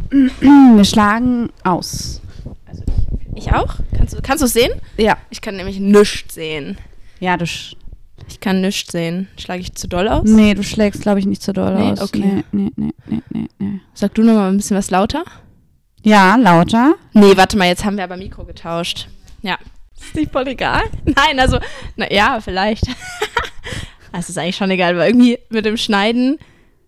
Wir schlagen aus. Also ich, ich auch? Kannst du kannst du es sehen? Ja. Ich kann nämlich nichts sehen. Ja, du. Sch Ich kann nichts sehen. Schlage ich zu doll aus? nee, du schlägst, glaube ich, nicht so doll Nee, aus. Nee, okay. nee, nee, nee, nee, nee. Sag du noch mal ein bisschen was lauter? Ja, lauter. Nee, warte mal, jetzt haben wir aber Mikro getauscht. Ja. Ist nicht voll egal? Nein, also, na ja, vielleicht. Es ist eigentlich schon egal, weil irgendwie mit dem Schneiden,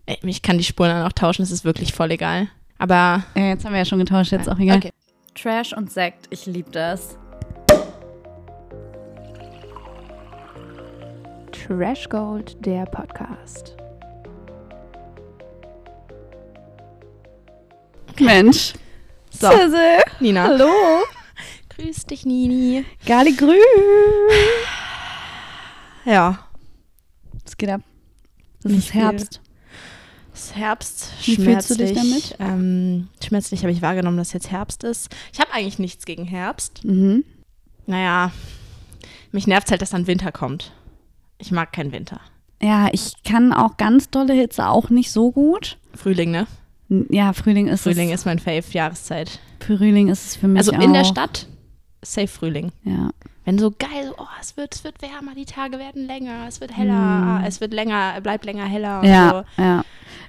ey, ich kann die Spuren dann auch tauschen, das ist wirklich voll egal. Aber Ja, Äh, jetzt haben wir ja schon getauscht, jetzt auch egal. Okay. Trash und Sekt, ich liebe das. Trash Gold, der Podcast. Mensch. So. Sisse. Nina. Hallo. Grüß dich, Nini. Gali grün. Ja. Es geht ab. Das Nicht ist viel. Herbst. Es ist Herbst, Wie schmerzlich. fühlst du dich damit? Ähm, schmerzlich habe ich wahrgenommen, dass jetzt Herbst ist. Ich habe eigentlich nichts gegen Herbst. Mhm. Naja, mich nervt halt, dass dann Winter kommt. Ich mag keinen Winter. Ja, ich kann auch ganz dolle Hitze auch nicht so gut. Frühling, ne? N- Ja, Frühling ist Frühling es. ist mein Fave-Jahreszeit. Frühling ist es für mich Also auch. in der Stadt, safe Frühling. Ja. Wenn so geil, so, oh, es wird, es wird wärmer, die Tage werden länger, es wird heller, ah, es wird länger, bleibt länger heller. und Mm. Ja, So. ja.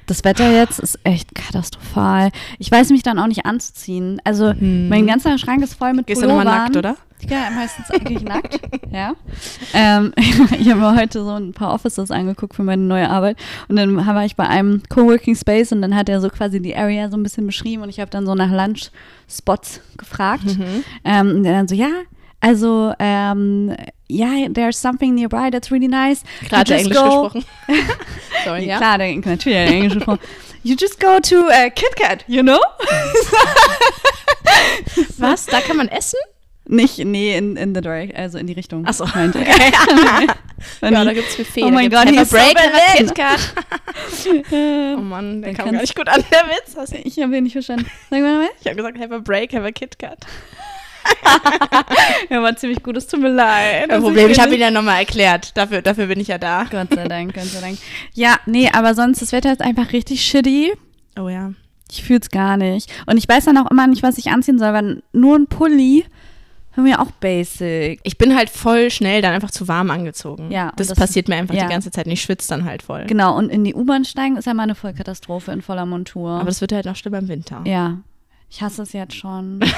Das Wetter jetzt ist echt katastrophal. Ich weiß mich dann auch nicht anzuziehen. Also mein ganzer Schrank ist voll mit Gehst du Pullovern. nochmal nackt, oder? Ja, meistens eigentlich nackt. Ja. Ähm, ich habe mir heute so ein paar Offices angeguckt für meine neue Arbeit und dann war ich bei einem Coworking Space und dann hat er so quasi die Area so ein bisschen beschrieben und ich habe dann so nach Lunch Spots gefragt Mhm. ähm, und er dann so ja. Also, ähm, yeah, there's something nearby that's really nice. Klar, hat You er just Englisch go- gesprochen. Sorry, ja. ja. Klar, der, natürlich hat er Englisch gesprochen. You just go to äh, KitKat, you know? Was? Da kann man essen? Nicht, nee, in, in the direct, also in die Richtung. Achso. meinte er. Okay. Wenn ja, die- da gibt's Buffet. Oh da mein gibt's Gott, he's so Have a Break, have a bad. KitKat. Oh Mann, Dann der kam gar kannst- nicht gut an, der Witz. Hast du- äh, Ich habe den nicht verstanden. Sag mal nochmal. Ich habe gesagt, have a break, have a KitKat. Er war ziemlich gut, es tut mir leid. Kein Problem, ich habe ihn ja nochmal erklärt. Dafür, dafür bin ich ja da. Gott sei Dank, Gott sei Dank. Ja, nee, aber sonst, das Wetter ist einfach richtig shitty. Oh ja. Ich fühl's gar nicht. Und ich weiß dann auch immer nicht, was ich anziehen soll, weil nur ein Pulli haben wir auch basic. Ich bin halt voll schnell dann einfach zu warm angezogen. Ja, und Das, das- passiert mir einfach ja. die ganze Zeit und ich schwitze dann halt voll. Genau, und in die U-Bahn steigen ist ja mal eine Vollkatastrophe in voller Montur. Aber das wird halt noch schlimmer im Winter. ja, ich hasse es jetzt schon.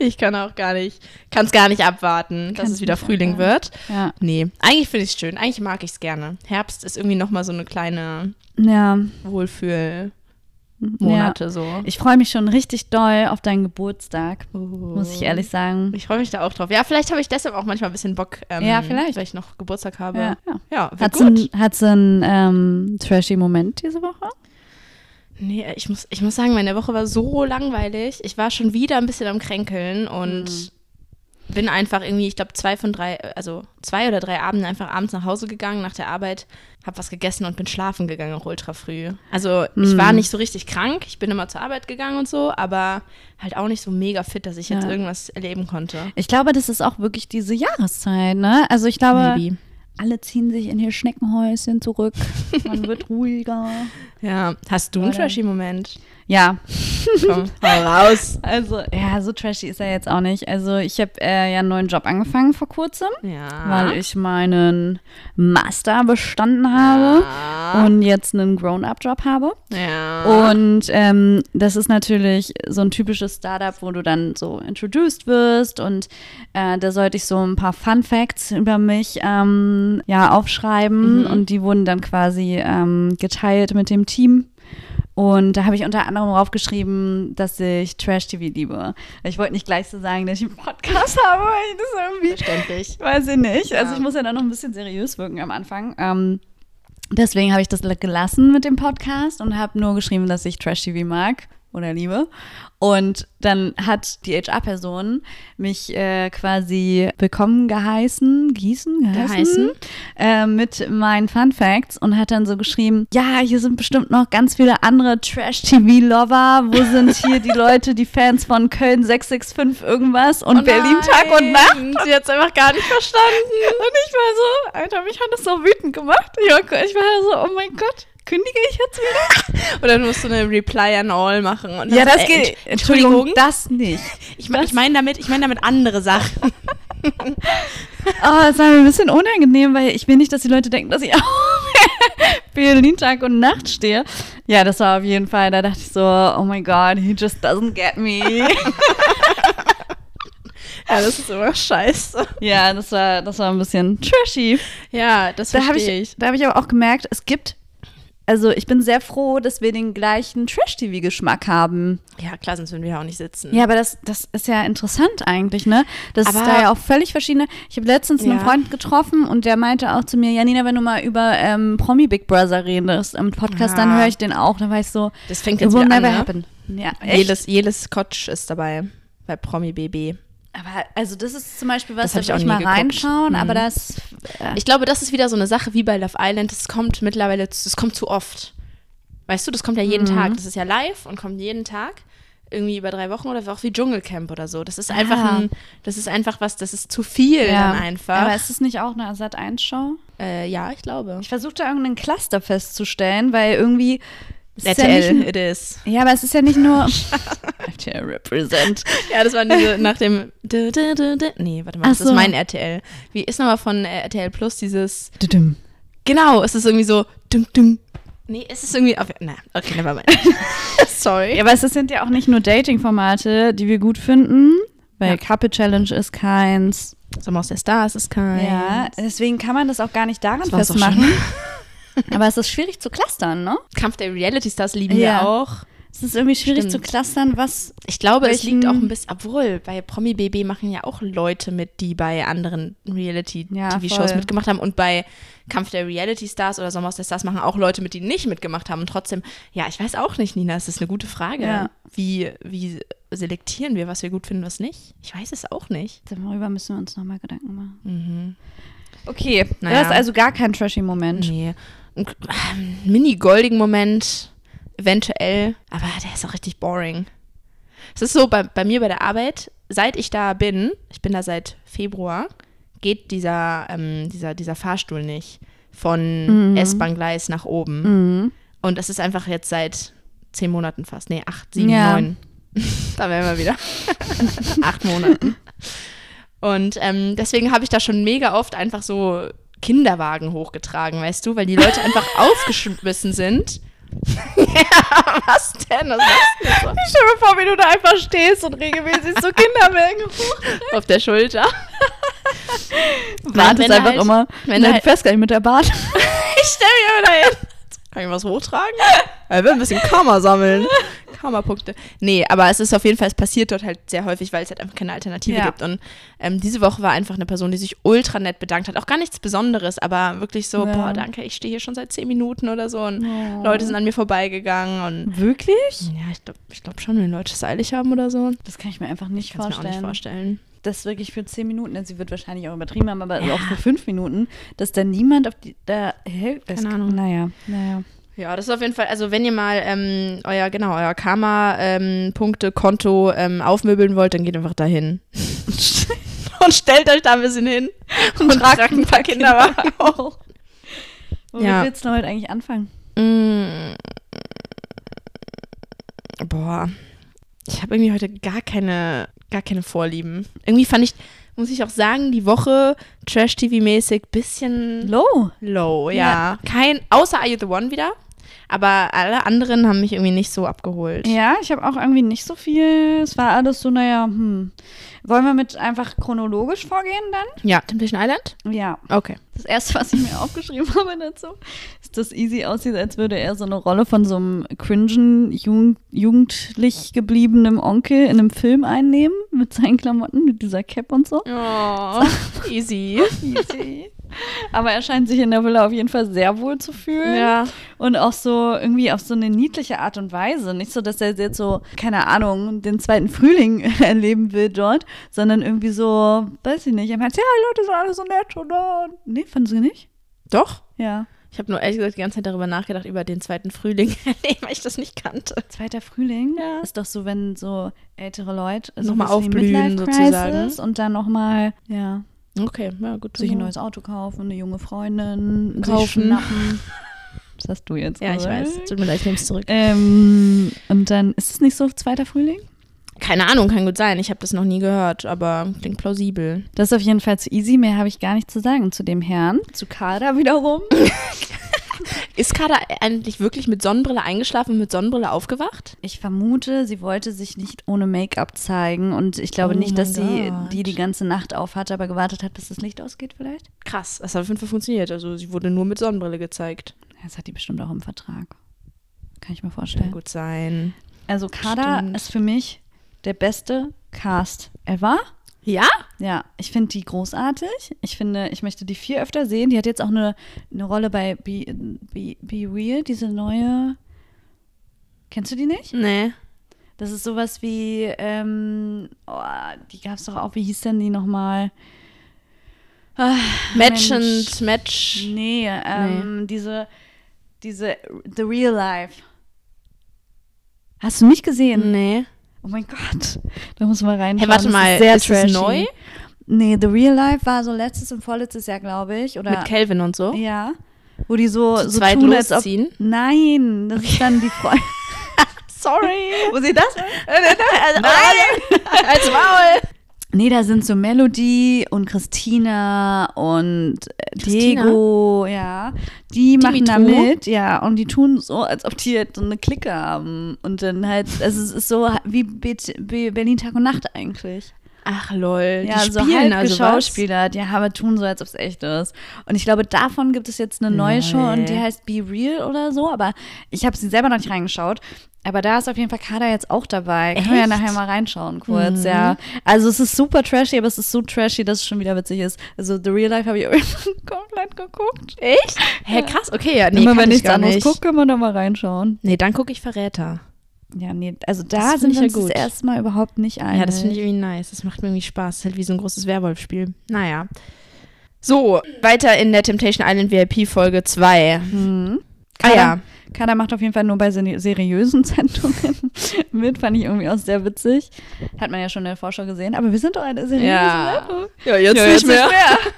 Ich kann auch gar nicht, kann es gar nicht abwarten, dass Kann's es wieder nicht Frühling abwarten. wird. Ja, Nee, eigentlich finde ich es schön. Eigentlich mag ich es gerne. Herbst ist irgendwie nochmal so eine kleine ja. Wohlfühl-Monate so. Ja. Ich freue mich schon richtig doll auf deinen Geburtstag, muss ich ehrlich sagen. Ich freue mich da auch drauf. Ja, vielleicht habe ich deshalb auch manchmal ein bisschen Bock, ähm, Ja, vielleicht. weil ich noch Geburtstag habe. Ja. ja wär Hat sie gut. einen hat's einen, ähm, trashy Moment diese Woche? Nee, ich muss, ich muss sagen, meine Woche war so langweilig. Ich war schon wieder ein bisschen am Kränkeln und Mhm. bin einfach irgendwie, ich glaube, zwei von drei, also zwei oder drei Abende einfach abends nach Hause gegangen nach der Arbeit, habe was gegessen und bin schlafen gegangen, auch ultra früh. Also ich Mhm. war nicht so richtig krank, ich bin immer zur Arbeit gegangen und so, aber halt auch nicht so mega fit, dass ich jetzt Ja. irgendwas erleben konnte. Ich glaube, das ist auch wirklich diese Jahreszeit, ne? Also ich glaube, Maybe. alle ziehen sich in ihr Schneckenhäuschen zurück. Man wird ruhiger. Ja, hast du einen Oder- trashy Moment? Ja, Komm, hau raus. also ja, so trashy ist er jetzt auch nicht. Also ich habe äh, ja einen neuen Job angefangen vor kurzem. Ja. weil ich meinen Master bestanden habe und jetzt einen Grown-Up-Job habe. Oh. ja. Und ähm, das ist natürlich so ein typisches Startup, wo du dann so introduced wirst und äh, da sollte ich so ein paar Fun Facts über mich ähm, ja aufschreiben und die wurden dann quasi ähm, geteilt mit dem Team. Und da habe ich unter anderem aufgeschrieben, dass ich Trash-TV liebe. Ich wollte nicht gleich so sagen, dass ich einen Podcast habe, weil ich das irgendwie Verständlich. Weiß ich nicht. Also Ja. ich muss ja dann noch ein bisschen seriös wirken am Anfang. Ähm, deswegen habe ich das gelassen mit dem Podcast und habe nur geschrieben, dass ich Trash-TV mag oder liebe. Und dann hat die HR-Person mich äh, quasi willkommen geheißen, gießen, geheißen, Geheißen. Äh, mit meinen Fun Facts und hat dann so geschrieben, ja, hier sind bestimmt noch ganz viele andere Trash-TV-Lover. Wo sind hier die Leute, die Fans von Köln 665 irgendwas und Oh Berlin Tag und nein, Nacht? Sie hat es einfach gar nicht verstanden. Und ich war so, Alter, mich hat das so wütend gemacht. Ich war, ich war so, oh mein Gott. Kündige ich jetzt wieder? Und dann musst du eine Reply and All machen. Und Ja, dann- das äh, geht. Ent- Entschuldigung, Entschuldigung, das nicht. ich, mein- ich meine damit, ich meine damit andere Sachen. Oh, das war mir ein bisschen unangenehm, weil ich will nicht, dass die Leute denken, dass ich auch Berlin Tag und Nacht stehe. Ja, das war auf jeden Fall, da dachte ich so, oh my God, he just doesn't get me. ja, das ist immer scheiße. ja, das war, das war ein bisschen trashy. Ja, das Da habe verstehe ich, da hab ich aber auch gemerkt, es gibt, also ich bin sehr froh, dass wir den gleichen Trash-TV-Geschmack haben. Ja, klar, sonst würden wir ja auch nicht sitzen. Ja, aber das, das ist ja interessant eigentlich, ne? Das ist Aber- da ja auch völlig verschiedene. Ich habe letztens einen Ja. Freund getroffen und der meinte auch zu mir, Janina, wenn du mal über ähm, Promi Big Brother redest im Podcast, Ja. dann höre ich den auch. Dann war ich so, Das fängt it jetzt will wieder an, never ne? happen. Ja, echt? Jeles, Jeles Kotsch ist dabei bei Promi BB. Aber also das ist zum Beispiel was, Das da hab ich würde auch ich nie mal geguckt. reinschauen, Mhm. aber das äh, Ich glaube, das ist wieder so eine Sache wie bei Love Island. Das kommt mittlerweile, zu- das kommt zu oft. Weißt du, das kommt ja jeden Mhm. Tag. Das ist ja live und kommt jeden Tag. Irgendwie über drei Wochen oder auch wie Dschungelcamp oder so. Das ist einfach Ah. ein, das ist einfach was, das ist zu viel ja. dann einfach. Aber ist es nicht auch eine Sat 1 Show? äh, ja, ich glaube. Ich versuchte irgendeinen Cluster festzustellen, weil irgendwie es ist Ja, RTL, nicht, it is. ja, aber es ist ja nicht nur RTL represent. Ja, das war diese nach dem. dü- dü- dü- dü- Nee, warte mal, Ach das so. ist mein RTL. Wie ist nochmal von äh, RTL Plus dieses. Düdüm. Genau, es ist irgendwie so. Dum, dum. Nee, es ist irgendwie. Auf, na, okay, nevermind. Sorry. Ja, aber es sind ja auch nicht nur Dating-Formate, die wir gut finden, weil Ja. Couple Challenge ist keins. Sommer aus der Stars ist kein. Ja, deswegen kann man das auch gar nicht daran Das war's auch festmachen. aber es ist schwierig zu clustern, ne? Kampf der Reality Stars lieben Ja. wir auch. Es ist irgendwie schwierig Stimmt. zu clustern, was. Ich glaube, es Welchen- liegt auch ein bisschen, obwohl bei Promi BB machen ja auch Leute mit, die bei anderen Ja, Reality-TV-Shows voll. mitgemacht haben und bei Kampf der Reality Stars oder Sommer aus der Stars machen auch Leute mit, die nicht mitgemacht haben. Und trotzdem, ja, ich weiß auch nicht, Nina, es ist eine gute Frage. Ja. Wie, wie selektieren wir, was wir gut finden, was nicht? Ich weiß es auch nicht. Darüber müssen wir uns nochmal Gedanken machen. Mhm. Okay, Naja. das ist also gar kein trashy Moment. Nee. Ein ähm, mini-goldigen Moment, eventuell, aber der ist auch richtig boring. Es ist so, bei, bei mir bei der Arbeit, seit ich da bin, ich bin da seit Februar, geht dieser, ähm, dieser, dieser Fahrstuhl nicht von S-Bahn-Gleis nach oben. Mhm. Und das ist einfach jetzt seit zehn Monaten fast, nee, acht, sieben, Ja. neun. da wären wir wieder. acht Monaten. Und ähm, deswegen habe ich da schon mega oft einfach so Kinderwagen hochgetragen, weißt du, weil die Leute einfach aufgeschmissen sind. ja, was denn? Das machst du Ich stell mir vor, wie du da einfach stehst und regelmäßig so Kinderwagen so auf der Schulter. Wartest Wenn er einfach halt- immer. Wenn wenn er Nein, halt- halt fährst gar nicht mit der Bahn. Ich stelle mich immer dahin. Kann ich was hochtragen? Er will ein bisschen Karma sammeln. Karma-Punkte. Nee, aber es ist auf jeden Fall, es passiert dort halt sehr häufig, weil es halt einfach keine Alternative Ja. gibt. Und ähm, diese Woche war einfach eine Person, die sich ultra nett bedankt hat. Auch gar nichts Besonderes, aber wirklich Ja. so, Oh. boah, danke, ich stehe hier schon seit zehn Minuten oder so. Und Leute sind an mir vorbeigegangen. Und Wirklich? ja, ich glaube ich glaub schon, wenn Leute es eilig haben oder so. Das kann ich mir einfach nicht Kannst mir auch vorstellen. nicht vorstellen. das wirklich für zehn Minuten, also sie wird wahrscheinlich auch übertrieben haben, aber auch für fünf Minuten, dass da niemand auf die, da hilft. Keine Ahnung. Naja, naja. Ja, das ist auf jeden Fall, also wenn ihr mal ähm, euer, genau, euer Karma-Punkte-Konto ähm, aufmöbeln wollt, dann geht einfach dahin. und stellt euch da ein bisschen hin und, tragt ein paar Kinder. auch. Womit Ja. willst du heute eigentlich anfangen? Mm. Boah, ich habe irgendwie heute gar keine, gar keine Vorlieben. Irgendwie fand ich, muss ich auch sagen, die Woche Trash-TV-mäßig bisschen Low. low, ja. Kein, außer Are You The One wieder, aber alle anderen haben mich irgendwie nicht so abgeholt. Ja, ich habe auch irgendwie nicht so viel. Es war alles so, naja, hm. Wollen wir mit einfach chronologisch vorgehen dann? ja. Temptation Island? Ja. Okay. Das erste, was ich mir aufgeschrieben habe dazu, ist, dass Easy aussieht, als würde er so eine Rolle von so einem cringen, jugend, jugendlich gebliebenen Onkel in einem Film einnehmen mit seinen Klamotten, mit dieser Cap und so. Oh, easy. Easy. Aber er scheint sich in der Villa auf jeden Fall sehr wohl zu fühlen. Ja. Und auch so irgendwie auf so eine niedliche Art und Weise. Nicht so, dass er jetzt so, keine Ahnung, den zweiten Frühling erleben will dort, sondern irgendwie so, weiß ich nicht, er meint, ja, Leute sind alle so nett oder. Nee, fanden sie nicht? Doch. Ja. Ich habe nur ehrlich gesagt die ganze Zeit darüber nachgedacht, über den zweiten Frühling, nee, weil ich das nicht kannte. Zweiter Frühling Ja. ist doch so, wenn so ältere Leute so Nochmal ein bisschen die aufblühen Midlife-Crisis sozusagen. ne? und dann nochmal, ja, Okay, ja, gut. sich ein neues Auto kaufen, eine junge Freundin, sich Genau. Kaufen. schnappen. das hast du jetzt Ja, ich gesagt. weiß. Tut mir leid, ich nehme es zurück. Ähm, und dann ist es nicht so zweiter Frühling? Keine Ahnung, kann gut sein. Ich habe das noch nie gehört, aber klingt plausibel. Das ist auf jeden Fall zu easy. Mehr habe ich gar nicht zu sagen zu dem Herrn. Zu Kader wiederum. Ist Kader eigentlich wirklich mit Sonnenbrille eingeschlafen und mit Sonnenbrille aufgewacht? Ich vermute, sie wollte sich nicht ohne Make-up zeigen und ich glaube Oh nicht, dass mein sie Gott. die die ganze Nacht auf hatte, aber gewartet hat, bis das Licht ausgeht vielleicht. Krass, das hat auf jeden Fall funktioniert. Also sie wurde nur mit Sonnenbrille gezeigt. Das hat die bestimmt auch im Vertrag. Kann ich mir Kann vorstellen. gut sein. also Kader Stimmt. ist für mich der beste Cast ever. Ja? Ja, ich finde die großartig. Ich finde, ich möchte die vier öfter sehen. Die hat jetzt auch eine, eine Rolle bei Be, Be, Be Real, diese neue. Kennst du die nicht? Nee. Das ist sowas wie, ähm, oh, die gab es doch auch, wie hieß denn die nochmal? Ah, Match Mensch. and Match. Nee, ähm, diese, diese The Real Life. Hast du nicht gesehen? Nee. Oh mein Gott, da muss man rein. Mhm. Hey, warte mal, ist sehr ist es trashy. neu? Nee, The Real Life war so letztes und vorletztes Jahr, glaube ich. Oder Mit Calvin und so. ja. Wo die so, Zu so zweit tun, als ob. losziehen? Nein, das ist dann die Freundin. Sorry. Wo sie das? Also, oh. Nein! Als Maul! Nee, da sind so Melody und Christina und äh, Christina? Diego, ja. Die machen da Dimitru? mit, ja. Und die tun so, als ob die halt so eine Clique haben. Und dann halt, also es ist so wie Bet- Be- Berlin Tag und Nacht eigentlich. Ach lol, Ja, die so spielen halb also was? geschauspielert, ja, aber tun so, als ob es echt ist. Und ich glaube, davon gibt es jetzt eine neue Lol. Show und die heißt Be Real oder so, aber ich habe sie selber noch nicht reingeschaut. Aber da ist auf jeden Fall Kader jetzt auch dabei. Können wir ja Echt? Mhm. nachher mal reinschauen kurz, ja. Also es ist super trashy, aber es ist so trashy, dass es schon wieder witzig ist. Also The Real Life habe ich irgendwann komplett geguckt. Echt? Hä, krass, okay, ja, nee, Immer kann wenn ich nichts gar anderes nicht. gucke, können wir da mal reinschauen. Nee, dann gucke ich Verräter. Ja, nee, also da Das sind find wir uns ich ja das gut. erste Mal überhaupt nicht einig. Ja, das finde ich irgendwie nice. Das macht mir irgendwie Spaß. Das ist halt wie so ein großes Werwolf-Spiel. Naja. So, weiter in der Temptation Island VIP-Folge 2. Ah Kader, ja. Kader macht auf jeden Fall nur bei seri- seriösen Sendungen mit, fand ich irgendwie auch sehr witzig. Hat man ja schon in der Vorschau gesehen, aber wir sind doch eine seriöse Sendung. ja, jetzt Ja, jetzt nicht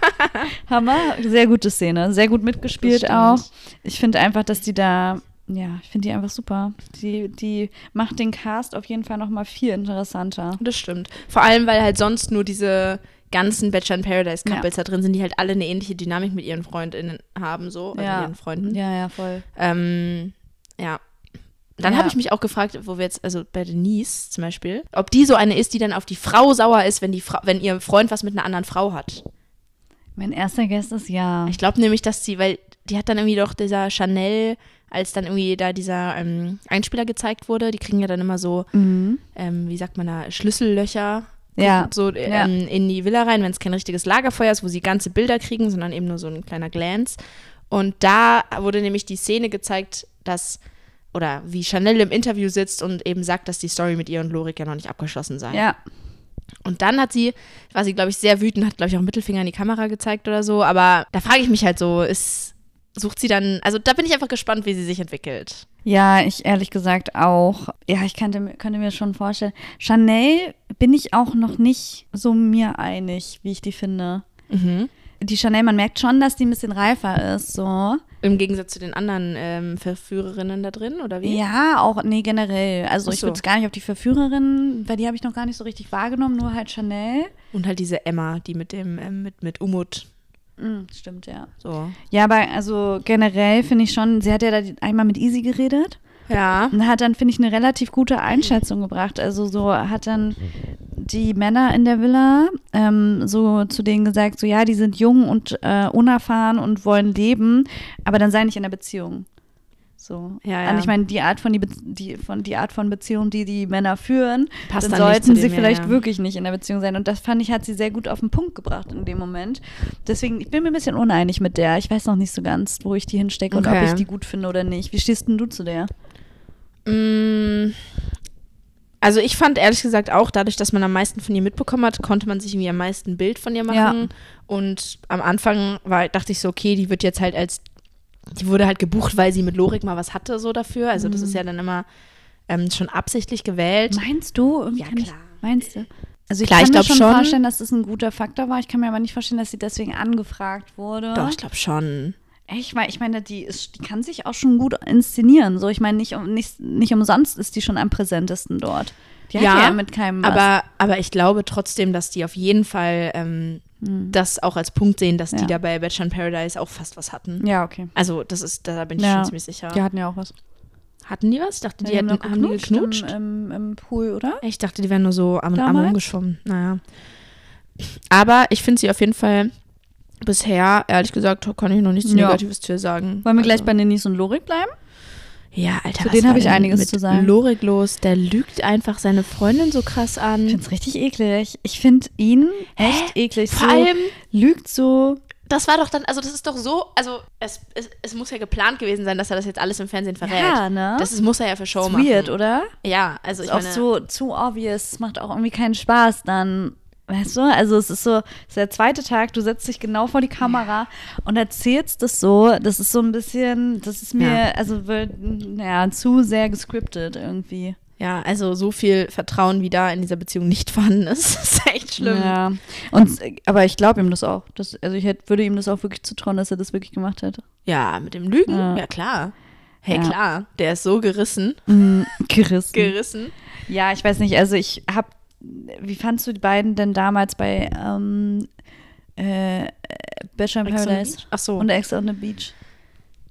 Hammer, sehr gute Szene, sehr gut mitgespielt auch. Das Ich finde einfach, dass die da, ja, ich finde die einfach super. Die, die macht den Cast auf jeden Fall nochmal viel interessanter. Das stimmt. Vor allem, weil halt sonst nur diese ganzen Bachelor in Paradise Couples da drin sind, die halt alle eine ähnliche Dynamik mit ihren Freundinnen haben, so, also Ja. ihren Freunden. Ja, ja, voll. Ähm, ja. Dann Ja. habe ich mich auch gefragt, wo wir jetzt, also bei Denise zum Beispiel, ob die so eine ist, die dann auf die Frau sauer ist, wenn, die Frau, wenn ihr Freund was mit einer anderen Frau hat. Mhm. Mein erster Guest ist ja. Ich glaube nämlich, dass sie, weil die hat dann irgendwie doch dieser Chanel, als dann irgendwie da dieser ähm, Einspieler gezeigt wurde, die kriegen ja dann immer so, ähm, wie sagt man da, Schlüssellöcher Mhm. Ja. so äh, Ja. ähm, in die Villa rein, wenn es kein richtiges Lagerfeuer ist, wo sie ganze Bilder kriegen, sondern eben nur so ein kleiner Glance. Und da wurde nämlich die Szene gezeigt, dass oder wie Chanel im Interview sitzt und eben sagt, dass die Story mit ihr und Lorik ja noch nicht abgeschlossen sei. Ja, Und dann hat sie, war sie, glaube ich, sehr wütend, hat, glaube ich, auch einen Mittelfinger in die Kamera gezeigt oder so. Aber da frage ich mich halt so, ist, sucht sie dann, also da bin ich einfach gespannt, wie sie sich entwickelt. Ja, ich ehrlich gesagt auch. Ja, ich könnte, mir- könnte mir schon vorstellen. Chanel bin ich auch noch nicht so mir einig, wie ich die finde. Die Chanel, man merkt schon, dass die ein bisschen reifer ist, so. Im Gegensatz zu den anderen ähm, Verführerinnen da drin, oder wie? Ja, auch, nee, generell. Also Ach ich so. würde es gar nicht auf die Verführerin, weil die habe ich noch gar nicht so richtig wahrgenommen, nur halt Chanel. Und halt diese Emma, die mit dem, ähm, mit, mit Umut, Mhm, stimmt, ja. so. Ja, aber also generell finde ich schon, sie hat ja da die- einmal mit Easy geredet. Ja. Und hat dann, finde ich, eine relativ gute Einschätzung gebracht. Also so hat dann die Männer in der Villa ähm, so zu denen gesagt, so ja, die sind jung und äh, unerfahren und wollen leben, aber dann sei nicht in der Beziehung. So. Ja, ja. Und ich meine, die Art von die, Be die von die Art von Beziehung, die die Männer führen, Passt dann dann nicht sollten zu sie dem, ja, vielleicht ja. wirklich nicht in der Beziehung sein. Und das fand ich, hat sie sehr gut auf den Punkt gebracht in dem Moment. Deswegen, ich bin mir ein bisschen uneinig mit der. Ich weiß noch nicht so ganz, wo ich die hinstecke und ob Okay. ich die gut finde oder nicht. Wie stehst denn du zu der? Mm. Also ich fand ehrlich gesagt auch, dadurch, dass man am meisten von ihr mitbekommen hat, konnte man sich irgendwie am meisten ein Bild von ihr machen. Und am Anfang war, dachte ich so, okay, die wird jetzt halt als, die wurde halt gebucht, weil sie mit Lorik mal was hatte so dafür. Also das ist ja dann immer ähm, schon absichtlich gewählt. Meinst du? Irgendwie Ja, kann ich- klar. Meinst du? Also ich Klar, kann ich mir glaub schon, schon. vorstellen, dass das ein guter Faktor war. Ich kann mir aber nicht vorstellen, dass sie deswegen angefragt wurde. Doch, ich glaube schon. Ich meine, ich meine, die, ist, die kann sich auch schon gut inszenieren. So, ich meine, nicht, um- nicht, nicht umsonst ist die schon am präsentesten dort. Die hat ja mit keinem was. aber, aber ich glaube trotzdem, dass die auf jeden Fall ähm, das auch als Punkt sehen, dass Hm. Ja. die da bei Bachelor in Paradise auch fast was hatten. ja, okay. Also, das ist, da bin ich schon ziemlich sicher. Die hatten ja auch was. Hatten die was? Ich dachte, die, haben hätten, doch haben die geknutscht. Im, im, Im Pool, oder? Ich dachte, die wären nur so am Arm Damals? rumgeschwommen. Naja. Aber ich finde sie auf jeden Fall bisher, ehrlich gesagt, kann ich noch nichts Ja. Negatives zu ihr sagen. Wollen wir gleich Also- bei Nenis und Lorik bleiben? Ja, Alter, Zu was denen war habe ich denn einiges mit zu sagen. Lorik los, der lügt einfach seine Freundin so krass Ich an. finde es richtig eklig. Ich finde ihn echt eklig. Vor so, allem, lügt so. das war doch dann, also das ist doch so, also es, es, es muss ja geplant gewesen sein, dass er das jetzt alles im Fernsehen verrät. Ja, ne? Das ist, muss er ja für Show Ist machen. weird, oder? Ja, also ich ist auch meine, so zu obvious, macht auch irgendwie keinen Spaß dann. Weißt du, also es ist so, es ist der zweite Tag, du setzt dich genau vor die Kamera und erzählst das so, das ist so ein bisschen, das ist mir, Ja. also wird, naja, zu sehr gescriptet irgendwie. ja, also so viel Vertrauen, wie da in dieser Beziehung nicht vorhanden ist, ist echt schlimm. Ja. Und, äh, aber ich glaube ihm das auch. Das, also ich hätte, würde ihm das auch wirklich zutrauen, dass er das wirklich gemacht hätte. Ja, mit dem Lügen, Ja. ja, klar. Hey, Ja. klar, der ist so gerissen, Mhm, gerissen. gerissen. Ja, ich weiß nicht. Also ich hab, wie fandst du die beiden denn damals bei ähm, äh, Bachelor in Ex on the Paradise? Beach? Ach so. Und Ex on the Beach.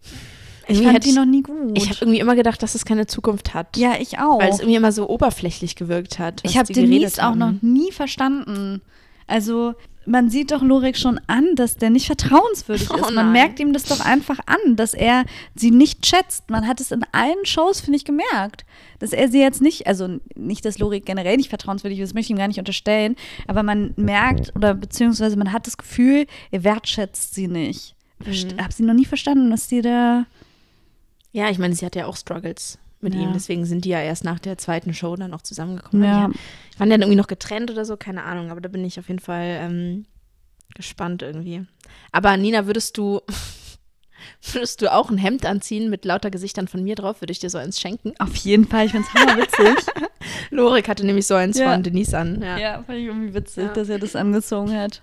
Ich Irgendwie fand hätte die noch nie gut. Ich habe irgendwie immer gedacht, dass es keine Zukunft hat. ja, ich auch. Weil es irgendwie immer so oberflächlich gewirkt hat. was ich habe die geredet Denise auch haben. ne? noch nie verstanden. Also man sieht doch Lorik schon an, dass der nicht vertrauenswürdig Oh ist. Man nein. merkt ihm das doch einfach an, dass er sie nicht schätzt. Man hat es in allen Shows, finde ich, gemerkt, dass er sie jetzt nicht, also nicht, dass Lorik generell nicht vertrauenswürdig ist, das möchte ich ihm gar nicht unterstellen, aber man merkt oder beziehungsweise man hat das Gefühl, er wertschätzt sie nicht. Mhm. Verst Hab sie noch nie verstanden, dass die da. Ja, ich meine, sie hatte ja auch Struggles mit Ja. ihm. Deswegen sind die ja erst nach der zweiten Show dann auch zusammengekommen. Ja. Die waren ja dann irgendwie noch getrennt oder so, keine Ahnung. Aber da bin ich auf jeden Fall ähm, gespannt irgendwie. Aber Nina, würdest du. Würdest du auch ein Hemd anziehen mit lauter Gesichtern von mir drauf? Würde ich dir so eins schenken? Auf jeden Fall, ich find's hammerwitzig. Lorik hatte nämlich so eins Ja. von Denise an. Ja. ja, fand ich irgendwie witzig, Ja. dass er das angezogen hat.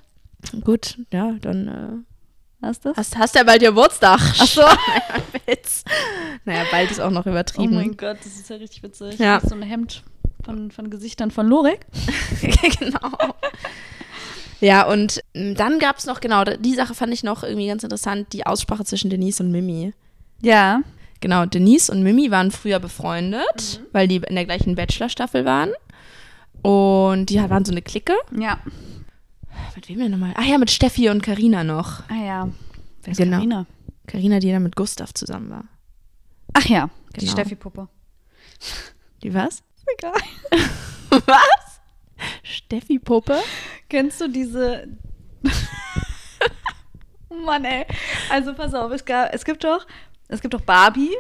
Gut, ja, dann äh, Hast du das? hast, hast ja bald Geburtstag. Ach so. Witz. Naja, bald ist auch noch Oh übertrieben. mein Gott, das ist ja richtig witzig. Ja. Das ist so ein Hemd von, von Gesichtern von Lorik. genau. Ja, und m, dann gab es noch, genau, die Sache fand ich noch irgendwie ganz interessant, die Aussprache zwischen Denise und Mimi. Ja. Genau, Denise und Mimi waren früher befreundet, weil die in der gleichen Bachelor-Staffel waren. Und die waren so eine Clique. Ja. Mit wem denn nochmal? Ah ja, mit Steffi und Karina noch. Ah ja. Wer ist Genau. Carina? Karina, die dann mit Gustav zusammen war. Ach ja, die Genau. Steffi-Puppe. Die was? Egal. Was? Steffi-Puppe? Kennst du diese. Oh Mann, ey. Also pass auf, es, gab, es gibt doch, es gibt doch Barbie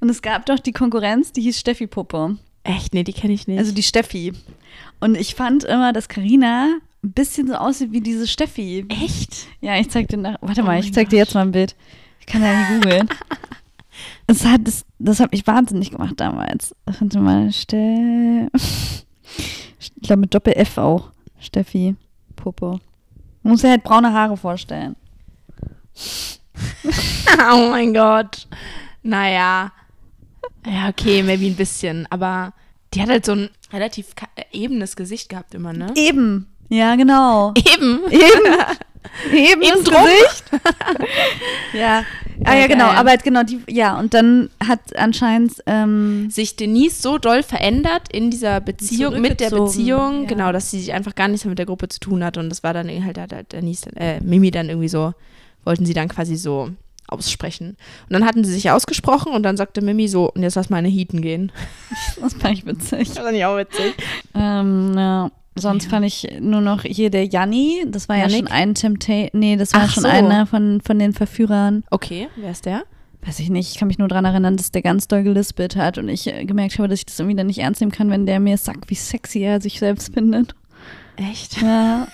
und es gab doch die Konkurrenz, die hieß Steffi-Puppe. Echt? Nee, die kenne ich nicht. Also die Steffi. Und ich fand immer, dass Carina ein bisschen so aussieht wie diese Steffi. echt? Ja, ich zeig dir nach. Warte mal, mein ich zeig dir jetzt mal ein Bild. Ich kann ja nicht googeln. Das hat, das, das hat mich wahnsinnig gemacht damals. Warte mal, Ste Ich glaube mit Doppel F auch. Steffi Popo. Man muss ja halt braune Haare vorstellen. oh mein Gott. Naja. Ja, okay, maybe ein bisschen. Aber die hat halt so ein relativ ka- äh, ebenes Gesicht gehabt immer, ne? Eben. Ja, genau. E-, Eben. Eben. Eben Eben das drum. Gesicht. ja. Ah, ja, Ja, genau. geil. Aber halt genau die. Ja, und dann hat anscheinend. Ähm, Sich Denise so doll verändert in dieser Beziehung, mit der Zurückgezogen, Beziehung, ja. genau, dass sie sich einfach gar nichts mehr mit der Gruppe zu tun hat. Und das war dann irgendwie halt, hat halt Denise, äh, Mimi dann irgendwie so, wollten sie dann quasi so aussprechen. Und dann hatten sie sich ausgesprochen und dann sagte Mimi so, und jetzt lass meine Heaten gehen. das fand ich witzig. Das fand ich auch witzig. Ähm, ja. Sonst fand ich nur noch hier der Janni. Das war ja Yannick? schon ein Temptation. Nee, das war Ach schon so. einer von, von den Verführern. Okay, wer ist der? Weiß ich nicht. Ich kann mich nur daran erinnern, dass der ganz doll gelispelt hat und ich äh, gemerkt habe, dass ich das irgendwie dann nicht ernst nehmen kann, wenn der mir sagt, wie sexy er sich selbst findet. Echt? Ja.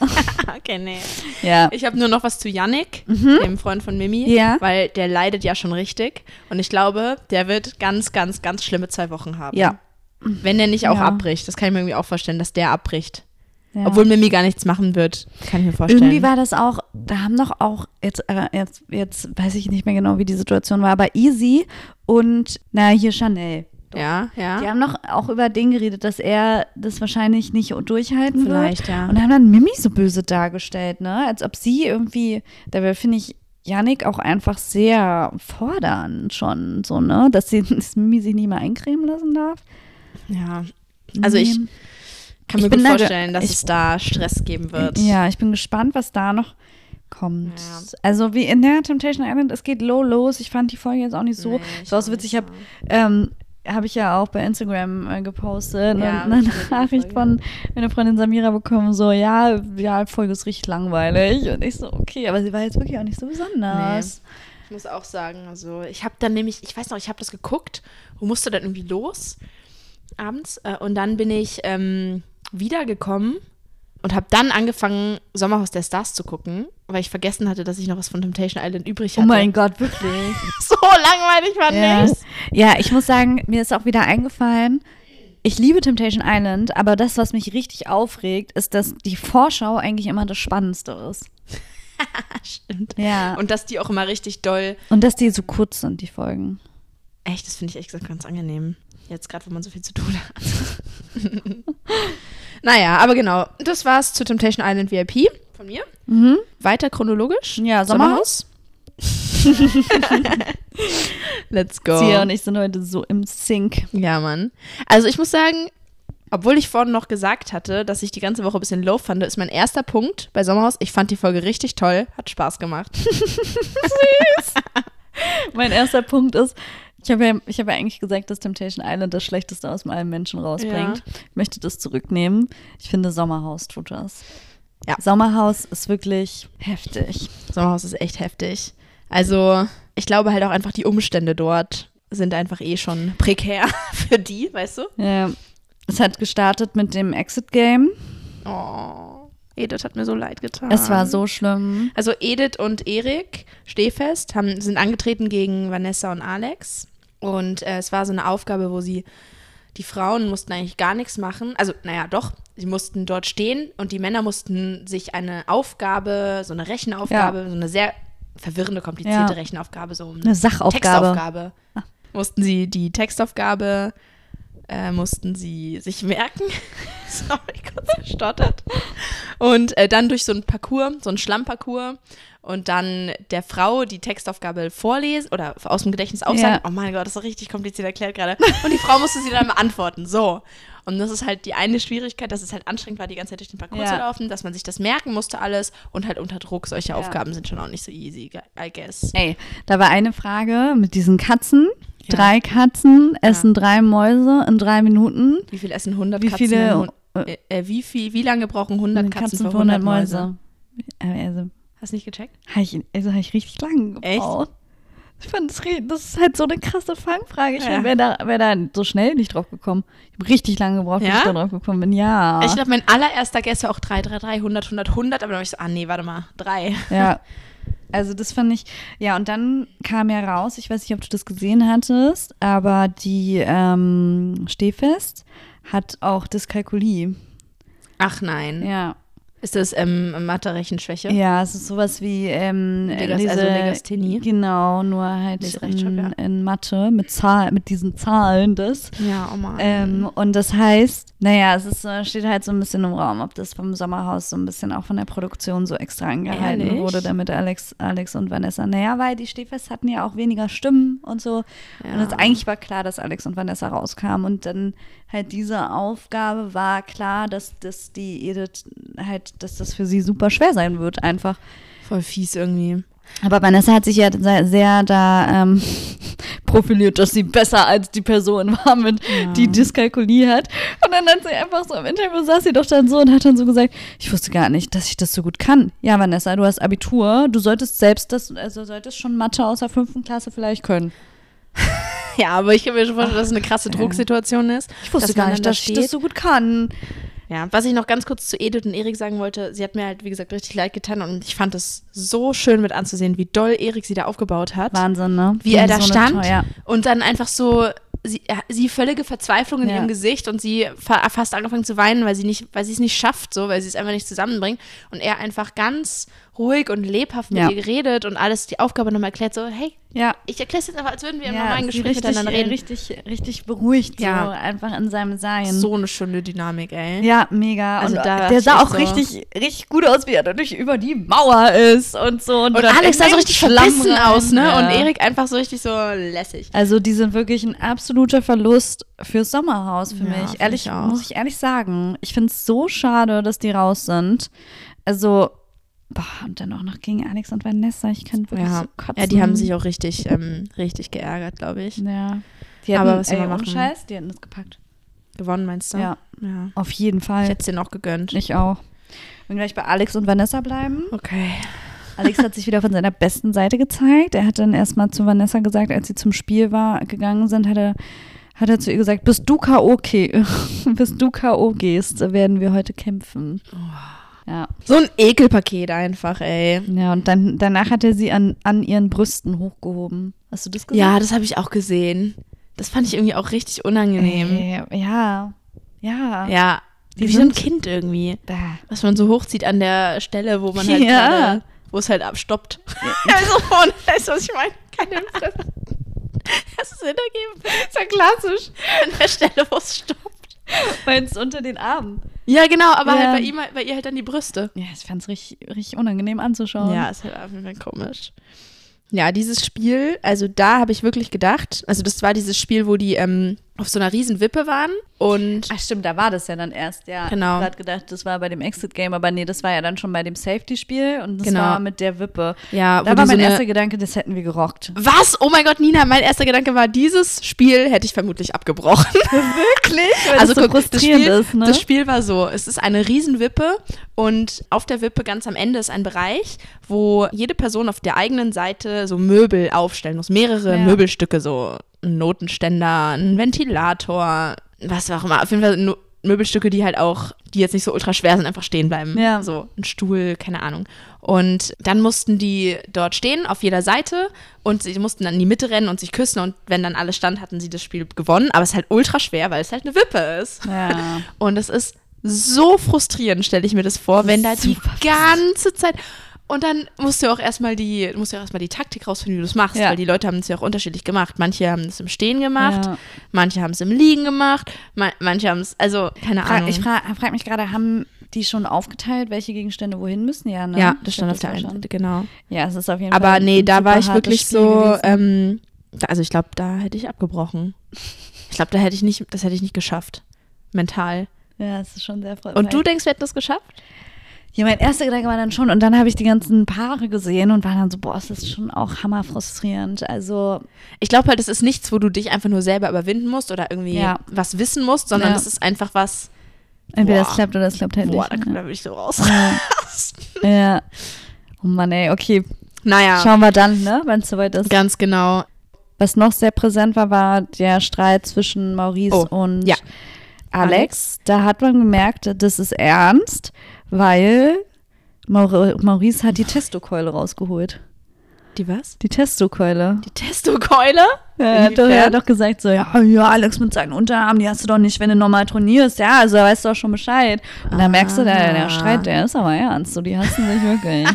okay, nee. ja. Ich habe nur noch was zu Yannick, dem Freund von Mimi, Mhm. Ja. weil der leidet ja schon richtig. Und ich glaube, der wird ganz, ganz, ganz schlimme zwei Wochen haben. Ja. Wenn der nicht auch Ja. abbricht. Das kann ich mir irgendwie auch vorstellen, dass der abbricht. Ja. Obwohl Mimi gar nichts machen wird, kann ich mir vorstellen. Irgendwie war das auch, da haben doch auch, jetzt, äh, jetzt, jetzt weiß ich nicht mehr genau, wie die Situation war, aber Easy und, na, hier Chanel. ja, ja. Die haben doch auch über den geredet, dass er das wahrscheinlich nicht durchhalten Vielleicht, wird. ja. Und haben dann Mimi so böse dargestellt, ne? Als ob sie irgendwie, dabei finde ich Yannick auch einfach sehr fordernd schon, so, ne? Dass, sie, dass Mimi sich nicht mal eincremen lassen darf. Mhm. ja. Also ich Nee. kann mir Ich gut bin da ge- vorstellen, dass ich- es da Stress geben wird. Ja, ich bin gespannt, was da noch kommt. Ja. Also wie in der Temptation Island, es geht low los. Ich fand die Folge jetzt auch nicht so. Nee, ich es war auch so auch witzig, ich nicht habe ähm, hab ich ja auch bei Instagram äh, gepostet Ja, eine, hab ich eine gesehen, die Nachricht Folge. von meiner Freundin Samira bekommen, so ja, ja, Folge ist richtig langweilig. Und ich so, okay, aber sie war jetzt wirklich auch nicht so besonders. Ich muss auch sagen, also ich habe dann nämlich, ich weiß noch, ich habe das geguckt und musste dann irgendwie los abends äh, und dann bin ich ähm, wiedergekommen und habe dann angefangen, Sommerhaus der Stars zu gucken, weil ich vergessen hatte, dass ich noch was von Temptation Island übrig Oh hatte. mein Gott, wirklich. so langweilig war Ja. das. ja, ich muss sagen, mir ist auch wieder eingefallen, ich liebe Temptation Island, aber das, was mich richtig aufregt, ist, dass die Vorschau eigentlich immer das Spannendste ist. Stimmt. Ja. Und, Und dass die auch immer richtig doll, dass die so kurz sind, die Folgen. echt, das finde ich echt gesagt ganz angenehm. Jetzt gerade, wo man so viel zu tun hat. naja, aber genau, das war's zu Temptation Island VIP von mir. Mhm. Weiter chronologisch. Ja, Sommerhaus. Let's go. Sia und ich sind heute so im Sync. Ja, Mann. Also ich muss sagen, obwohl ich vorhin noch gesagt hatte, dass ich die ganze Woche ein bisschen low fand, ist mein erster Punkt bei Sommerhaus. Ich fand die Folge richtig toll, hat Spaß gemacht. Mein erster Punkt ist, ich habe ja, ich habe ja eigentlich gesagt, dass Temptation Island das Schlechteste aus allen Menschen rausbringt. Ich möchte das zurücknehmen. Ich finde, Sommerhaus tut das. Ja. Sommerhaus ist wirklich heftig. Sommerhaus ist echt heftig. Also ich glaube halt auch einfach, die Umstände dort sind einfach eh schon prekär für die, weißt du? Ja. Es hat gestartet mit dem Exit-Game. Oh, Edith hat mir so leid getan. Es war so schlimm. Also Edith und Erik Stehfest haben, sind angetreten gegen Vanessa und Alex. Und äh, es war so eine Aufgabe, wo sie, die Frauen mussten eigentlich gar nichts machen. Also, naja, doch, sie mussten dort stehen und die Männer mussten sich eine Aufgabe, so eine Rechenaufgabe, so eine sehr verwirrende, komplizierte Ja. Rechenaufgabe, so um Eine Sachaufgabe. Textaufgabe. Mussten sie die Textaufgabe, äh, mussten sie sich merken. Sorry, kurz gestottert. Und äh, dann durch so einen Parcours, so einen Schlammparcours und dann der Frau die Textaufgabe vorlesen oder aus dem Gedächtnis aufsagen. Ja. Oh mein Gott, das ist richtig kompliziert erklärt gerade. Und die Frau musste sie dann beantworten. So. Und das ist halt die eine Schwierigkeit, dass es halt anstrengend war, die ganze Zeit durch den Parcours Ja. zu laufen, dass man sich das merken musste alles und halt unter Druck. Solche Ja. Aufgaben sind schon auch nicht so easy, I guess. Ey, da war eine Frage mit diesen Katzen. Ja. Drei Katzen essen drei Mäuse in drei Minuten. Wie viel essen 100 Wie Katzen? viele- in hun- äh, äh, wie viel, wie lange brauchen 100 Katzen, für 100 Mäuse? Äh, Also, Hast du nicht gecheckt? habe ich, also hab ich richtig lang Echt? gebraucht. Ich fand, das, re- das ist halt so eine krasse Fangfrage. Ich Ja. wäre da, wär da so schnell nicht drauf gekommen. Ich habe richtig lange gebraucht, bis Ja? ich da drauf gekommen bin. Ja. Ich glaube, mein allererster Guess war auch 3, 3, 3, 100, 100, 100, aber dann habe ich so, ah nee, warte mal, 3. Ja. Also das fand ich, ja, und dann kam ja raus, ich weiß nicht, ob du das gesehen hattest, aber die ähm, Stehfest hat auch Mhm. Dyskalkulie. Ach nein. Ja. Ist das ähm, Mathe-Rechenschwäche? Ja, es ist sowas wie ähm, Legas- diese, also Legasthenie. Genau, nur halt Leserechtschreib- in, ja. in Mathe mit Zahl, mit diesen Zahlen das. Ja, oh Mann. Ähm, und das heißt, naja, es ist, äh, steht halt so ein bisschen im Raum, ob das vom Sommerhaus so ein bisschen auch von der Produktion so extra angehalten Ehrlich? wurde, damit Alex, Alex und Vanessa, naja, weil die Stehfest hatten ja auch weniger Stimmen und so. Und Ja. es eigentlich war klar, dass Alex und Vanessa rauskamen. Und dann halt diese Aufgabe war klar, dass, dass die Edith halt, dass das für sie super schwer sein wird, einfach. Voll fies irgendwie. Aber Vanessa hat sich ja sehr, sehr da ähm, profiliert, dass sie besser als die Person war, mit, die Dyskalkulie hat. Und dann hat sie einfach so im Interview saß sie doch dann so und hat dann so gesagt, ich wusste gar nicht, dass ich das so gut kann. Ja, Vanessa, du hast Abitur, du solltest selbst das, also solltest schon Mathe aus der fünften Klasse vielleicht können. Ja, aber ich kann mir schon vorstellen, dass es eine krasse Drucksituation ist. Ich wusste dass man gar dann nicht, da dass ich das steht. so gut kann. Ja, was ich noch ganz kurz zu Edith und Erik sagen wollte, sie hat mir halt, wie gesagt, richtig leid getan und ich fand es so schön mit anzusehen, wie doll Erik sie da aufgebaut hat. Wahnsinn, ne? wie er Und da so eine stand Teuer. und dann einfach so sie, ja, sie völlige Verzweiflung in Ja. ihrem Gesicht und sie fa fast angefangen zu weinen, weil sie nicht, weil sie es nicht schafft, so, weil sie es einfach nicht zusammenbringt. Und er einfach ganz ruhig und lebhaft mit Ja. ihr geredet und alles die Aufgabe nochmal erklärt, so, hey, Ja. ich erkläre es jetzt einfach, als würden wir im Ja, normalen sie Gespräch richtig, äh, miteinander reden. richtig, richtig beruhigt, Ja. so einfach in seinem Sein. So eine schöne Dynamik, ey. Ja, mega. Also und da dachte der ich sah auch so- richtig, richtig gut aus, wie er dadurch über die Mauer ist und so. Und dann Alex in sah so den richtig Schlamm verbissen rein. aus, ne? Ja. Und Erik einfach so richtig so lässig. Also die sind wirklich ein absoluter Verlust fürs Sommerhaus für Ja, mich. find Ehrlich, ich auch. muss ich ehrlich sagen. Ich finde es so schade, dass die raus sind. Also, boah, und dann auch noch gegen Alex und Vanessa. Ich kann wirklich Ja. so kotzen. Mhm. Ja, die haben sich auch richtig, ähm, richtig geärgert, glaube ich. Ja. Die hatten, Aber was soll man ey, ohne machen? Scheiß, die hätten es gepackt. Gewonnen, meinst du? Ja, ja. auf jeden Ich Fall. hätte es dir noch gegönnt. Ich auch. Wenn gleich bei Alex und Vanessa bleiben. Okay. Alex hat sich wieder von seiner besten Seite gezeigt. Er hat dann erstmal zu Vanessa gesagt, als sie zum Spiel war, gegangen sind, hat er, hat er zu ihr gesagt, bis du K.O. geh- bis du K.O. gehst, werden wir heute kämpfen. Oh. Ja. So ein Ekelpaket einfach, ey. ja, und dann, danach hat er sie an, an ihren Brüsten hochgehoben. Hast du das gesehen? Ja, das habe ich auch gesehen. Das fand ich irgendwie auch richtig unangenehm. Ey, ja. Ja. Ja, Die wie so ein sind- Kind irgendwie. Da. Was man so hochzieht an der Stelle, wo man halt Ja. gerade, wo es halt abstoppt. also vorne, weißt du, was ich meine? Keine Fresse. Hast du es hintergeben? Das ist ja klassisch. An der Stelle, wo es stoppt. Meinst unter den Armen? Ja, genau, aber Ja. halt bei ihm, halt- bei ihr halt dann die Brüste. Ja, ich fand es richtig, richtig unangenehm anzuschauen. Ja, ist halt auf jeden Fall komisch. Ja, dieses Spiel, also da habe ich wirklich gedacht, also das war dieses Spiel, wo die ähm, auf so einer riesen Wippe waren und Ach stimmt, da war das ja dann erst, ja. Genau. Ich habe gedacht, das war bei dem Exit-Game, aber nee, das war ja dann schon bei dem Safety-Spiel und das Genau. war mit der Wippe. Ja, Ah, da wo war die so mein eine- erster Gedanke, das hätten wir gerockt. was? Oh mein Gott, Nina, mein erster Gedanke war, dieses Spiel hätte ich vermutlich abgebrochen. Wirklich? Weil also das so guck, das frustrierend Spiel, ist, ne? das Spiel war so, es ist eine Riesenwippe und auf der Wippe ganz am Ende ist ein Bereich, wo jede Person auf der eigenen Seite so Möbel aufstellen muss, mehrere Ja. Möbelstücke, so ein Notenständer, ein Ventilator, was auch immer, auf jeden Fall no Möbelstücke, die halt auch, die jetzt nicht so ultra schwer sind, einfach stehen bleiben. Ja. So ein Stuhl, keine Ahnung. Und dann mussten die dort stehen, auf jeder Seite. Und sie mussten dann in die Mitte rennen und sich küssen. Und wenn dann alle stand, hatten sie das Spiel gewonnen. Aber es ist halt ultra schwer, weil es halt eine Wippe ist. ja. Und es ist so frustrierend, stelle ich mir das vor, wenn da die Super ganze Zeit. Und dann musst du auch erstmal die, musst du auch erstmal die Taktik rausfinden, wie du es machst, Ja. weil die Leute haben es ja auch unterschiedlich gemacht. Manche haben es im Stehen gemacht, Ja. manche haben es im Liegen gemacht, ma manche haben es, also keine Fra- Ahnung. Ich frage frag mich gerade, haben die schon aufgeteilt, welche Gegenstände wohin müssen? Ja, ne? ja, Ich glaub, das stand auf der war einen schon- Seite, genau. Ja, es ist auf jeden Fall. Aber nee, ein da war super ich hartes wirklich Spiel so, gewesen. ähm, da, also ich glaube, da hätte ich abgebrochen. Ich glaube, da hätte ich nicht, das hätte ich nicht geschafft. Mental. ja, es ist schon sehr freundlich. Und du denkst, wir hätten das geschafft? Ja, mein erster Gedanke war dann schon, und dann habe ich die ganzen Paare gesehen und war dann so, boah, es ist schon auch hammerfrustrierend. Also, Ich glaube halt, es ist nichts, wo du dich einfach nur selber überwinden musst oder irgendwie Ja. was wissen musst, sondern Ja. es ist einfach was, entweder Boah. es klappt oder es klappt halt boah, da, nicht. da ne? würde ich so raus. Ja. Oh Mann, ey, okay. naja, Schauen wir dann, ne, wenn es soweit ist. ganz genau. Was noch sehr präsent war, war der Streit zwischen Maurice Oh, und ja. Alex. Da hat man gemerkt, das ist ernst, weil Maur Maurice hat die Testokeule rausgeholt. Die was? Die Testokeule. Die Testokeule? Er hat, doch, er Inwiefern? hat doch gesagt so, ja, ja, Alex mit seinen Unterarmen, die hast du doch nicht, wenn du normal trainierst. Ja, also da weißt du doch schon Bescheid. Und dann merkst du, der, der Ah. Streit, der ist aber ernst. So, die hassen sich wirklich.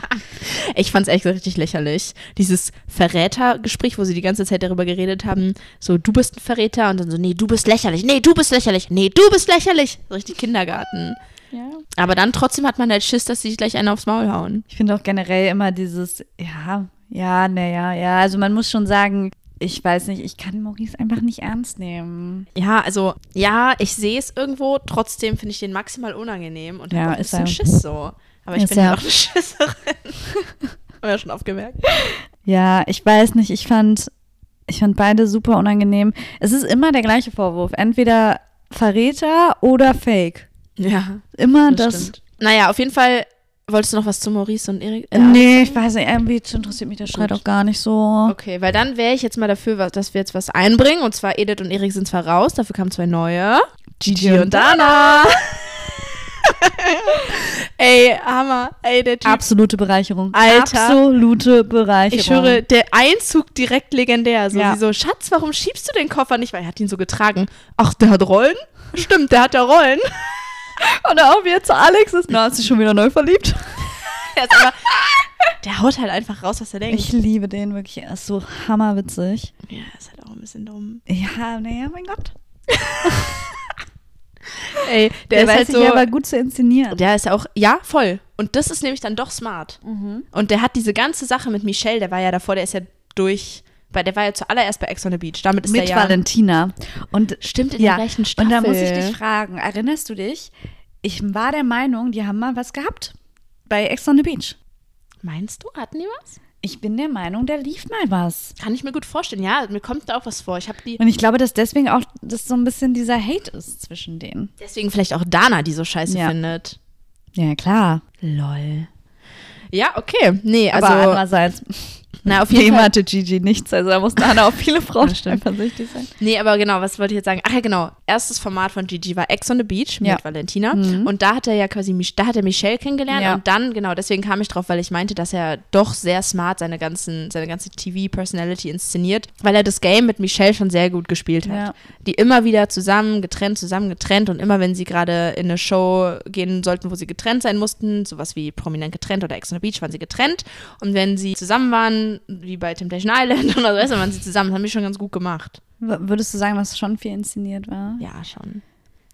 Ich fand es ehrlich gesagt richtig lächerlich. Dieses Verrätergespräch, wo sie die ganze Zeit darüber geredet haben, so du bist ein Verräter und dann so, nee, du bist lächerlich, nee, du bist lächerlich, nee, du bist lächerlich. So richtig Kindergarten. ja. Aber dann trotzdem hat man halt Schiss, dass sie gleich einen aufs Maul hauen. Ich finde auch generell immer dieses, ja, ja, naja, ja. Also man muss schon sagen, ich weiß nicht, ich kann Maurice einfach nicht ernst nehmen. Ja, also, ja, ich sehe es irgendwo, trotzdem finde ich den maximal unangenehm und Ja, habe auch ein ist bisschen er. Schiss so. Aber ich Ist bin ja er. auch eine Schisserin. Haben wir ja schon aufgemerkt. Ja, ich weiß nicht, ich fand, ich fand beide super unangenehm. Es ist immer der gleiche Vorwurf, entweder Verräter oder Fake. Ja, Immer das. das, stimmt. Naja, auf jeden Fall, wolltest du noch was zu Maurice und Erik? Äh, Nee, ich weiß nicht, irgendwie interessiert mich der Streit auch gar nicht so. Okay, weil dann wäre ich jetzt mal dafür, wa- dass wir jetzt was einbringen. Und zwar Edith und Erik sind zwar raus, dafür kamen zwei neue. Gigi und Dana. Ey, Hammer. Ey, der Typ. Absolute Bereicherung. Alter. Absolute Bereicherung. ich höre, der Einzug direkt legendär. So, Ja. sie so, Schatz, warum schiebst du den Koffer nicht? Weil er hat ihn so getragen. Ach, der hat Rollen? Stimmt, der hat ja Rollen. Und auch wie er zu Alex ist. Na, hast du dich schon wieder neu verliebt? Der, ist aber, der haut halt einfach raus, was er denkt. Ich liebe den wirklich. Er ist so hammerwitzig. ja, ist halt auch ein bisschen dumm. Ja, naja, mein Gott. Ey, Der, der, ist weiß halt sich so. aber gut zu inszenieren. Der ist auch, ja, voll. Und das ist nämlich dann doch smart. Und der hat diese ganze Sache mit Michelle, der war ja davor, der ist ja durch, bei, der war ja zuallererst bei Ex on the Beach. Damit ist mit der ja. Valentina. Und Stimmt, in der gleichen Staffel. Und da muss ich dich fragen, erinnerst du dich? Ich war der Meinung, die haben mal was gehabt bei Ex on the Beach. Meinst du, hatten die was? Ich bin der Meinung, da lief mal was. Kann ich mir gut vorstellen. Ja, mir kommt da auch was vor. Ich habe die. Und ich glaube, dass deswegen auch das so ein bisschen dieser Hate ist zwischen denen. Deswegen vielleicht auch Dana, die so scheiße Ja. findet. Ja, klar. Lol. Ja, okay. Nee, Aber also. andererseits, Na, auf jeden dem Fall. hatte Gigi nichts. Also da mussten Anna auf viele Frauen Ja, stimmt. eifersüchtig sein. Nee, aber genau, was wollte ich jetzt sagen? Ach ja, genau. Erstes Format von Gigi war Ex on the Ja. Beach Mhm. mit Valentina. Und da hat er ja quasi, Mich- da hat er Michelle kennengelernt. Ja. Und dann, genau, deswegen kam ich drauf, weil ich meinte, dass er doch sehr smart seine, ganzen, seine ganze TV-Personality inszeniert, weil er das Game mit Michelle schon sehr gut gespielt hat. Ja. Die immer wieder zusammen, getrennt, zusammen, getrennt. Und immer, wenn sie gerade in eine Show gehen sollten, wo sie getrennt sein mussten, sowas wie Prominent getrennt oder Ex on the Beach, waren sie getrennt. Und wenn sie zusammen waren, wie bei Temptation Island oder so, weißt du, waren sie zusammen. Das haben die schon ganz gut gemacht. W- Würdest du sagen, was schon viel inszeniert war? Ja, schon.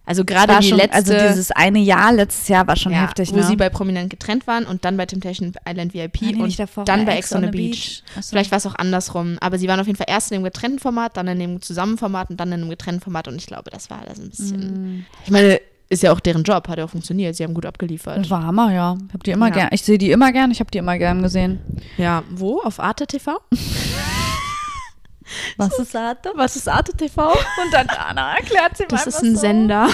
Also gerade War die schon, letzte, also dieses eine Jahr letztes Jahr war schon ja, heftig, wo ne? sie bei Prominent getrennt waren und dann bei Temptation Island VIP Waren die und nicht davor dann bei bei Ex Ex on the Beach. Ach so. Vielleicht war es auch andersrum, aber sie waren auf jeden Fall erst in dem getrennten Format, dann in dem zusammen Format und dann in dem getrennten Format und ich glaube, das war das ein bisschen. Ich meine, ist ja auch deren Job, hat ja auch funktioniert, sie haben gut abgeliefert. war Hammer, ja. Ich hab die immer Ja. gern. Ich sehe die immer gern. Ich habe die immer gern gesehen. Ja, wo? Auf Arte TV? Was ist Arte? Was ist Arte TV? Und dann Anna erklärt sie Das ist ein Sender.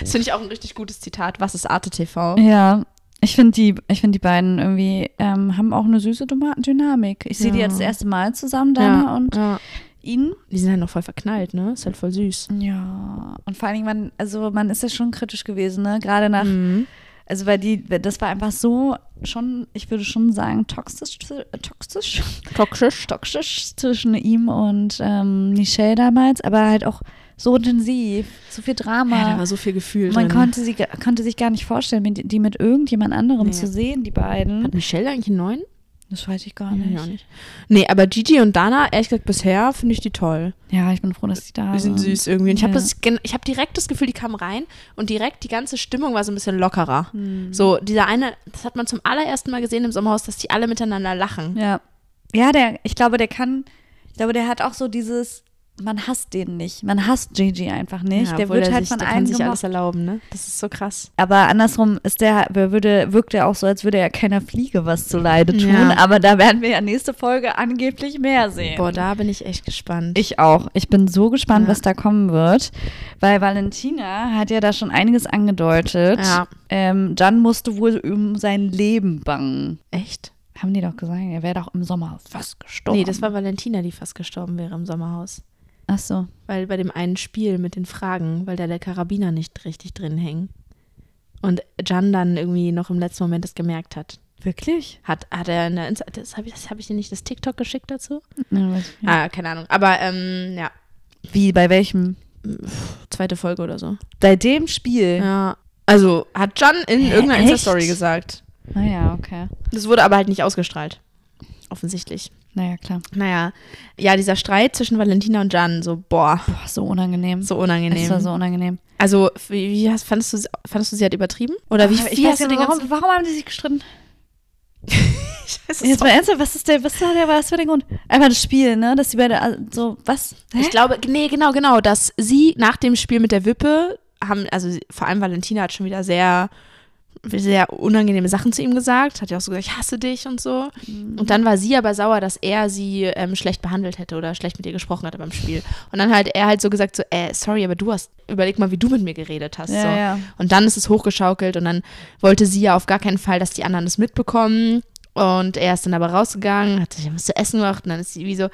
Das finde ich auch ein richtig gutes Zitat. Was ist Arte TV? Ja, ich finde die, ich find die beiden irgendwie ähm, haben auch eine süße Doma- Dynamik. Ich sehe die Ja. jetzt das erste Mal zusammen, Dana und ja. ihn. Die sind halt noch voll verknallt, ne? Ist halt voll süß. Ja, und vor allen Dingen, man, also man ist ja schon kritisch gewesen, ne? Gerade nach, Mhm. also weil die, das war einfach so schon, ich würde schon sagen, toxisch, toxisch, Toxisch. toxisch zwischen ihm und ähm, Michelle damals, aber halt auch so intensiv, so viel Drama. Ja, da war so ne? viel Gefühl Man drin. konnte, sie, konnte sich gar nicht vorstellen, mit, die mit irgendjemand anderem Nee. zu sehen, die beiden. Hat Michelle eigentlich einen neuen? Das weiß ich gar Nee, nicht. auch nicht. Nee, aber Gigi und Dana, ehrlich gesagt, bisher finde ich die toll. Ja, ich bin froh, dass die da Die sind sind. süß irgendwie. Und ich habe Ja. das, gen- ich habe direkt das Gefühl, die kamen rein und direkt die ganze Stimmung war so ein bisschen lockerer. So dieser eine, das hat man zum allerersten Mal gesehen im Sommerhaus, dass die alle miteinander lachen. Ja. Ja, der, ich glaube, der kann, ich glaube, der hat auch so dieses, man hasst den nicht. Man hasst Gigi einfach nicht. der obwohl wird er halt sich, von der kann allen sich alles gemocht. erlauben, ne? Das ist so krass. Aber andersrum ist der, wer würde, wirkt er auch so, als würde er keiner Fliege was zuleide tun. Ja. Aber da werden wir ja nächste Folge angeblich mehr sehen. Boah, da bin ich echt gespannt. Ich auch. Ich bin so gespannt, Ja. was da kommen wird. Weil Valentina hat ja da schon einiges angedeutet. Ja. Ähm, Jan musste wohl um sein Leben bangen. echt? Haben die doch gesagt, er wäre doch im Sommer fast gestorben. Nee, das war Valentina, die fast gestorben wäre im Sommerhaus. Ach so. Weil bei dem einen Spiel mit den Fragen, weil da der Karabiner nicht richtig drin hing. Und Jan dann irgendwie noch im letzten Moment das gemerkt hat. Wirklich? Hat, hat er in der Insta das habe ich, das hab ich dir nicht das TikTok geschickt dazu? Ja, weiß ich nicht. Ah, keine Ahnung. Aber ähm, ja, Wie, bei welchem? zweite Folge oder so. Bei dem Spiel. Ja. Also hat Jan in Hä, irgendeiner echt? Insta-Story gesagt. Naja, Ah okay. Das wurde aber halt nicht ausgestrahlt. Offensichtlich. Naja, klar. Naja. Ja, dieser Streit zwischen Valentina und Jan, so, boah, Boah, so unangenehm. so unangenehm. Es war so unangenehm. Also, wie, wie hast, fandest, du, fandest du, sie hat übertrieben? Oder wie, Aber ich wie weiß hast du nicht, den ganzen warum, warum haben die sich gestritten? Scheiße, Jetzt sorry. mal ernsthaft, was ist der, was war der, was war der Grund? Einfach das Spiel, ne? Dass die beide äh, so, was? Hä? ich glaube, nee, genau, genau, dass sie nach dem Spiel mit der Wippe haben, also sie- vor allem Valentina hat schon wieder sehr, sehr unangenehme Sachen zu ihm gesagt, hat ja auch so gesagt, ich hasse dich und so. Mhm. Und dann war sie aber sauer, dass er sie ähm, schlecht behandelt hätte oder schlecht mit ihr gesprochen hatte beim Spiel. Und dann hat er halt so gesagt, so, äh, sorry, aber du hast, überleg mal, wie du mit mir geredet hast. Ja, so. ja. Und dann ist es hochgeschaukelt und dann wollte sie ja auf gar keinen Fall, dass die anderen das mitbekommen. Und er ist dann aber rausgegangen, hat sich was zu essen gemacht und dann ist sie wie so,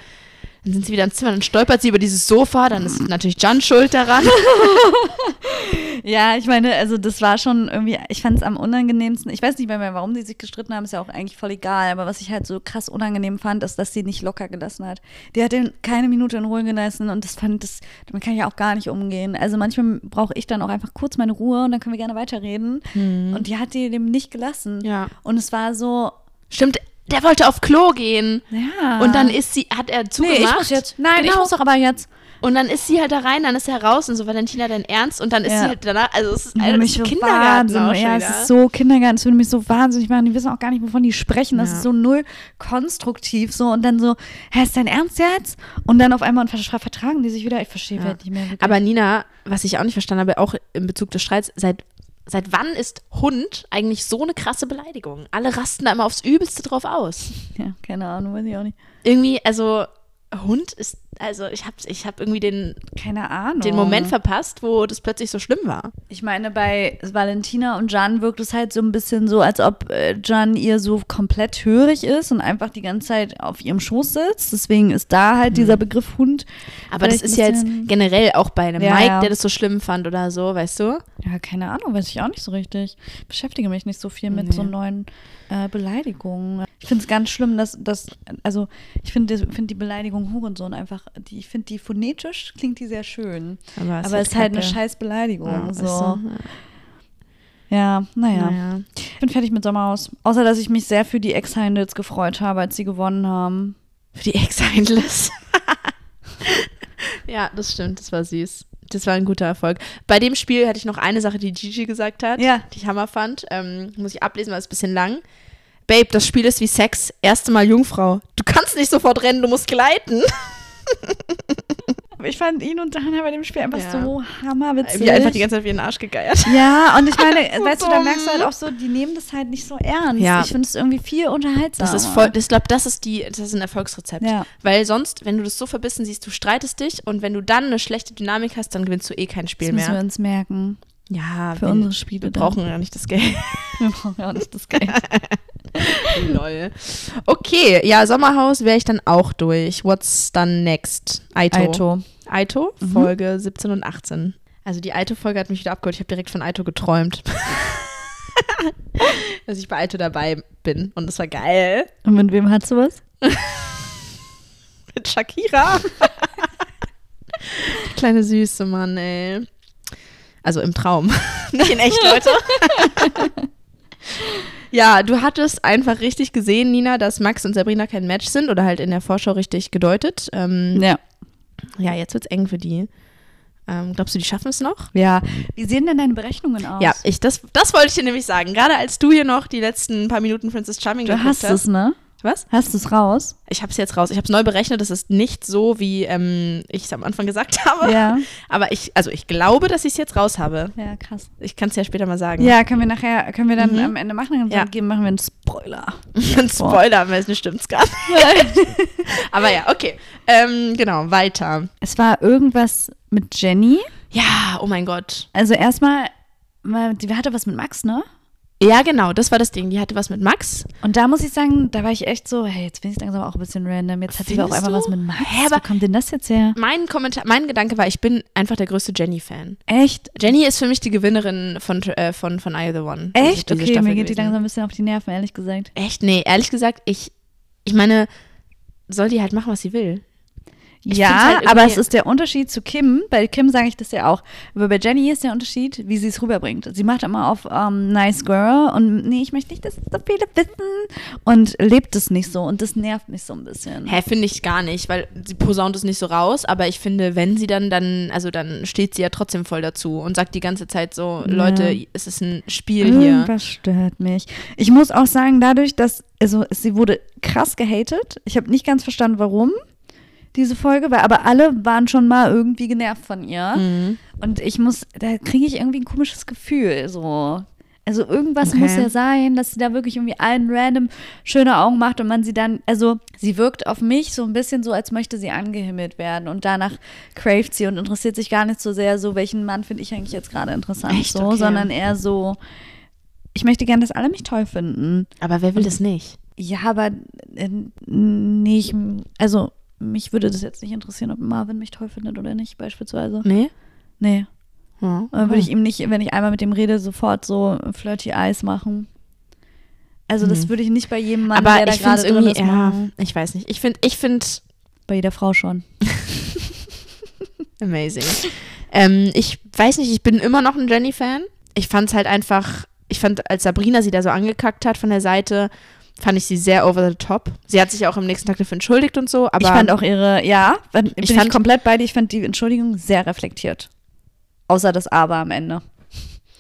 dann sind sie wieder ins Zimmer, dann stolpert sie über dieses Sofa, dann ist natürlich Jan schuld daran. Ja, ich meine, also das war schon irgendwie, ich fand es am unangenehmsten. Ich weiß nicht mehr, mehr, warum sie sich gestritten haben, ist ja auch eigentlich voll egal. Aber was ich halt so krass unangenehm fand, ist, dass sie nicht locker gelassen hat. Die hat ihn keine Minute in Ruhe gelassen und das fand das, damit kann ich ja auch gar nicht umgehen. Also manchmal brauche ich dann auch einfach kurz meine Ruhe und dann können wir gerne weiterreden. Und die hat die dem nicht gelassen. Ja. Und es war so, Stimmt, der wollte auf Klo gehen. ja. Und dann ist sie, hat er zugemacht. Ah. nee, ich muss jetzt. Nein, genau. ich muss doch aber jetzt. Und dann ist sie halt da rein, dann ist er raus und so, Valentina, dein Ernst? Und dann ist Ja. sie halt danach, also es ist Ich also würde es mich ist so Kindergarten auch wahnsinnig- schon Ja, es wieder. ist so Kindergarten. Es würde mich so wahnsinnig machen. Die wissen auch gar nicht, wovon die sprechen. Das Ja. ist so null konstruktiv. So und dann so, hä, ist dein Ernst jetzt? Und dann auf einmal und ver- vertragen die sich wieder. Ich verstehe Ja. halt nicht mehr. Wirklich. Aber Nina, was ich auch nicht verstanden habe, auch in Bezug des Streits, seit, seit wann ist Hund eigentlich so eine krasse Beleidigung? Alle rasten da immer aufs Übelste drauf aus. ja, keine Ahnung, weiß ich auch nicht. Irgendwie, also Hund ist, also ich habe ich hab irgendwie den, Keine Ahnung. den Moment verpasst, wo das plötzlich so schlimm war. Ich meine, bei Valentina und Jan wirkt es halt so ein bisschen so, als ob äh, Jan ihr so komplett hörig ist und einfach die ganze Zeit auf ihrem Schoß sitzt. Deswegen ist da Hm. halt dieser Begriff Hund. Aber das vielleicht ist ein ja jetzt bisschen- generell auch bei einem Ja, Mike, ja. der das so schlimm fand oder so, weißt du? Ja, keine Ahnung, weiß ich auch nicht so richtig. Beschäftige mich nicht so viel mit so Nee. neuen äh, Beleidigungen. Ich finde es ganz schlimm, dass das, also ich finde find die Beleidigung Hurensohn einfach, die, ich finde die phonetisch klingt die sehr schön. Aber es aber es ist halt eine Kacke. scheiß Beleidigung. Ja, so. ist so. Ja, naja. Naja. Ich bin fertig mit Sommerhaus. Außer, dass ich mich sehr für die Ex-Handels gefreut habe, als sie gewonnen haben. Für die Ex-Handlers. ja, das stimmt, das war süß. Das war ein guter Erfolg. Bei dem Spiel hatte ich noch eine Sache, die Gigi gesagt hat, Ja. die ich Hammer fand. Ähm, muss ich ablesen, weil es ist ein bisschen lang. Babe, das Spiel ist wie Sex. Erste Mal Jungfrau. Du kannst nicht sofort rennen, du musst gleiten. Ich fand ihn und Hannah bei dem Spiel einfach Ja. so hammerwitzig. Wie einfach die ganze Zeit wie in den Arsch gegeiert. Ja, und ich meine, So weißt du, da dumm. merkst du halt auch so, die nehmen das halt nicht so ernst. Ja. Ich finde es irgendwie viel unterhaltsamer. Das ist voll, ich glaube, das ist die, das ist ein Erfolgsrezept. Ja. Weil sonst, wenn du das so verbissen siehst, du streitest dich und wenn du dann eine schlechte Dynamik hast, dann gewinnst du eh kein Das Spiel müssen wir mehr. uns merken. Ja, Für wir- unsere Spiele Wir dann. brauchen ja nicht das Geld. Wir brauchen ja auch nicht das Geld. Lol. Okay, ja, Sommerhaus wäre ich dann auch durch. What's dann next? Aito. Aito. Aito, Folge 17 und 18. Also die Aito-Folge hat mich wieder abgeholt. Ich habe direkt von Aito geträumt. Dass ich bei Aito dabei bin. Und das war geil. Und mit wem hast du was? Mit Shakira. Die Kleine Süße, Mann, ey. Also im Traum. Nicht in echt, Leute. ja, du hattest einfach richtig gesehen, Nina, dass Max und Sabrina kein Match sind oder halt in der Vorschau richtig gedeutet. Ähm, Ja. ja. jetzt wird's eng für die. Ähm, glaubst du, die schaffen es noch? Ja. Wie sehen denn deine Berechnungen aus? Ja, ich, das, das wollte ich dir nämlich sagen. Gerade als du hier noch die letzten paar Minuten Princess Charming Du geguckt hast es, ne? Was? Hast es raus? Ich habe es jetzt raus. Ich habe es neu berechnet. Es ist nicht so, wie ähm, ich es am Anfang gesagt habe. Ja. Aber ich, also ich glaube, dass ich es jetzt raus habe. Ja, krass. Mhm. Ich kann es ja später mal sagen. Ja, können wir nachher, können wir dann am Ende machen? Dann Ja. geben, machen wir einen Spoiler. Ein Spoiler, weil es nicht stimmt gar nicht. Aber ja, okay. Ähm, genau, weiter. Es war irgendwas mit Jenny. Ja, oh mein Gott. Also erstmal, mal- die hatte was mit Max, ne? Ja, genau, das war das Ding. Die hatte was mit Max. Und da muss ich sagen, da war ich echt so, hey, jetzt bin ich langsam auch ein bisschen random. Jetzt hat sie aber auch Findest einmal du? was mit Max. Hä, aber- Wo kommt denn das jetzt her? Mein Kommentar, mein Gedanke war, ich bin einfach der größte Jenny-Fan. Echt? Jenny ist für mich die Gewinnerin von, äh, von, von Eye of the One. Echt? Diese Okay, Staffel mir geht die gewesen. langsam ein bisschen auf die Nerven, ehrlich gesagt. Echt? Nee, ehrlich gesagt, ich, ich meine, soll die halt machen, was sie will. Ich ja, find's halt irgendwie- aber es ist der Unterschied zu Kim. Bei Kim sage ich das ja auch. Aber bei Jenny ist der Unterschied, wie sie es rüberbringt. Sie macht immer auf ähm, Nice Girl und nee, ich möchte nicht, dass so viele wissen und lebt es nicht so und das nervt mich so ein bisschen. Hä, finde ich gar nicht, weil sie posaunt es nicht so raus, aber ich finde, wenn sie dann, dann, also dann steht sie ja trotzdem voll dazu und sagt die ganze Zeit so, Leute, es ist ein Spiel hier. Irgendwas Hm, stört mich. Ich muss auch sagen, dadurch, dass, also sie wurde krass gehatet. Ich habe nicht ganz verstanden, warum diese Folge, weil aber alle waren schon mal irgendwie genervt von ihr. Mhm. Und ich muss, da kriege ich irgendwie ein komisches Gefühl, so. Also irgendwas Okay. muss ja sein, dass sie da wirklich irgendwie allen random schöne Augen macht und man sie dann, also sie wirkt auf mich so ein bisschen so, als möchte sie angehimmelt werden und danach craved sie und interessiert sich gar nicht so sehr so, welchen Mann finde ich eigentlich jetzt gerade interessant, Echt? so, Okay. sondern eher so, ich möchte gern, dass alle mich toll finden. Aber wer will das nicht? Ja, aber äh, nee, ich, also mich würde das jetzt nicht interessieren, ob Marvin mich toll findet oder nicht, beispielsweise. Nee? Nee. Ja. Oder würde ich eh ihm nicht, wenn ich einmal mit dem rede, sofort so flirty Eyes machen? Also das würde ich nicht bei jedem Mann, der Hm. Aber da ich finde gerade es drin ist, irgendwie, ja, machen. ich weiß nicht. Ich finde, ich finde Bei jeder Frau schon. amazing. ähm, ich weiß nicht, ich bin immer noch ein Jenny-Fan. Ich fand es halt einfach, ich fand, als Sabrina sie da so angekackt hat von der Seite, fand ich sie sehr over the top. Sie hat sich auch am nächsten Tag dafür entschuldigt und so, aber ich fand auch ihre, ja, bin ich, fand- komplett bei dir. Ich fand die Entschuldigung sehr reflektiert. Außer das Aber am Ende.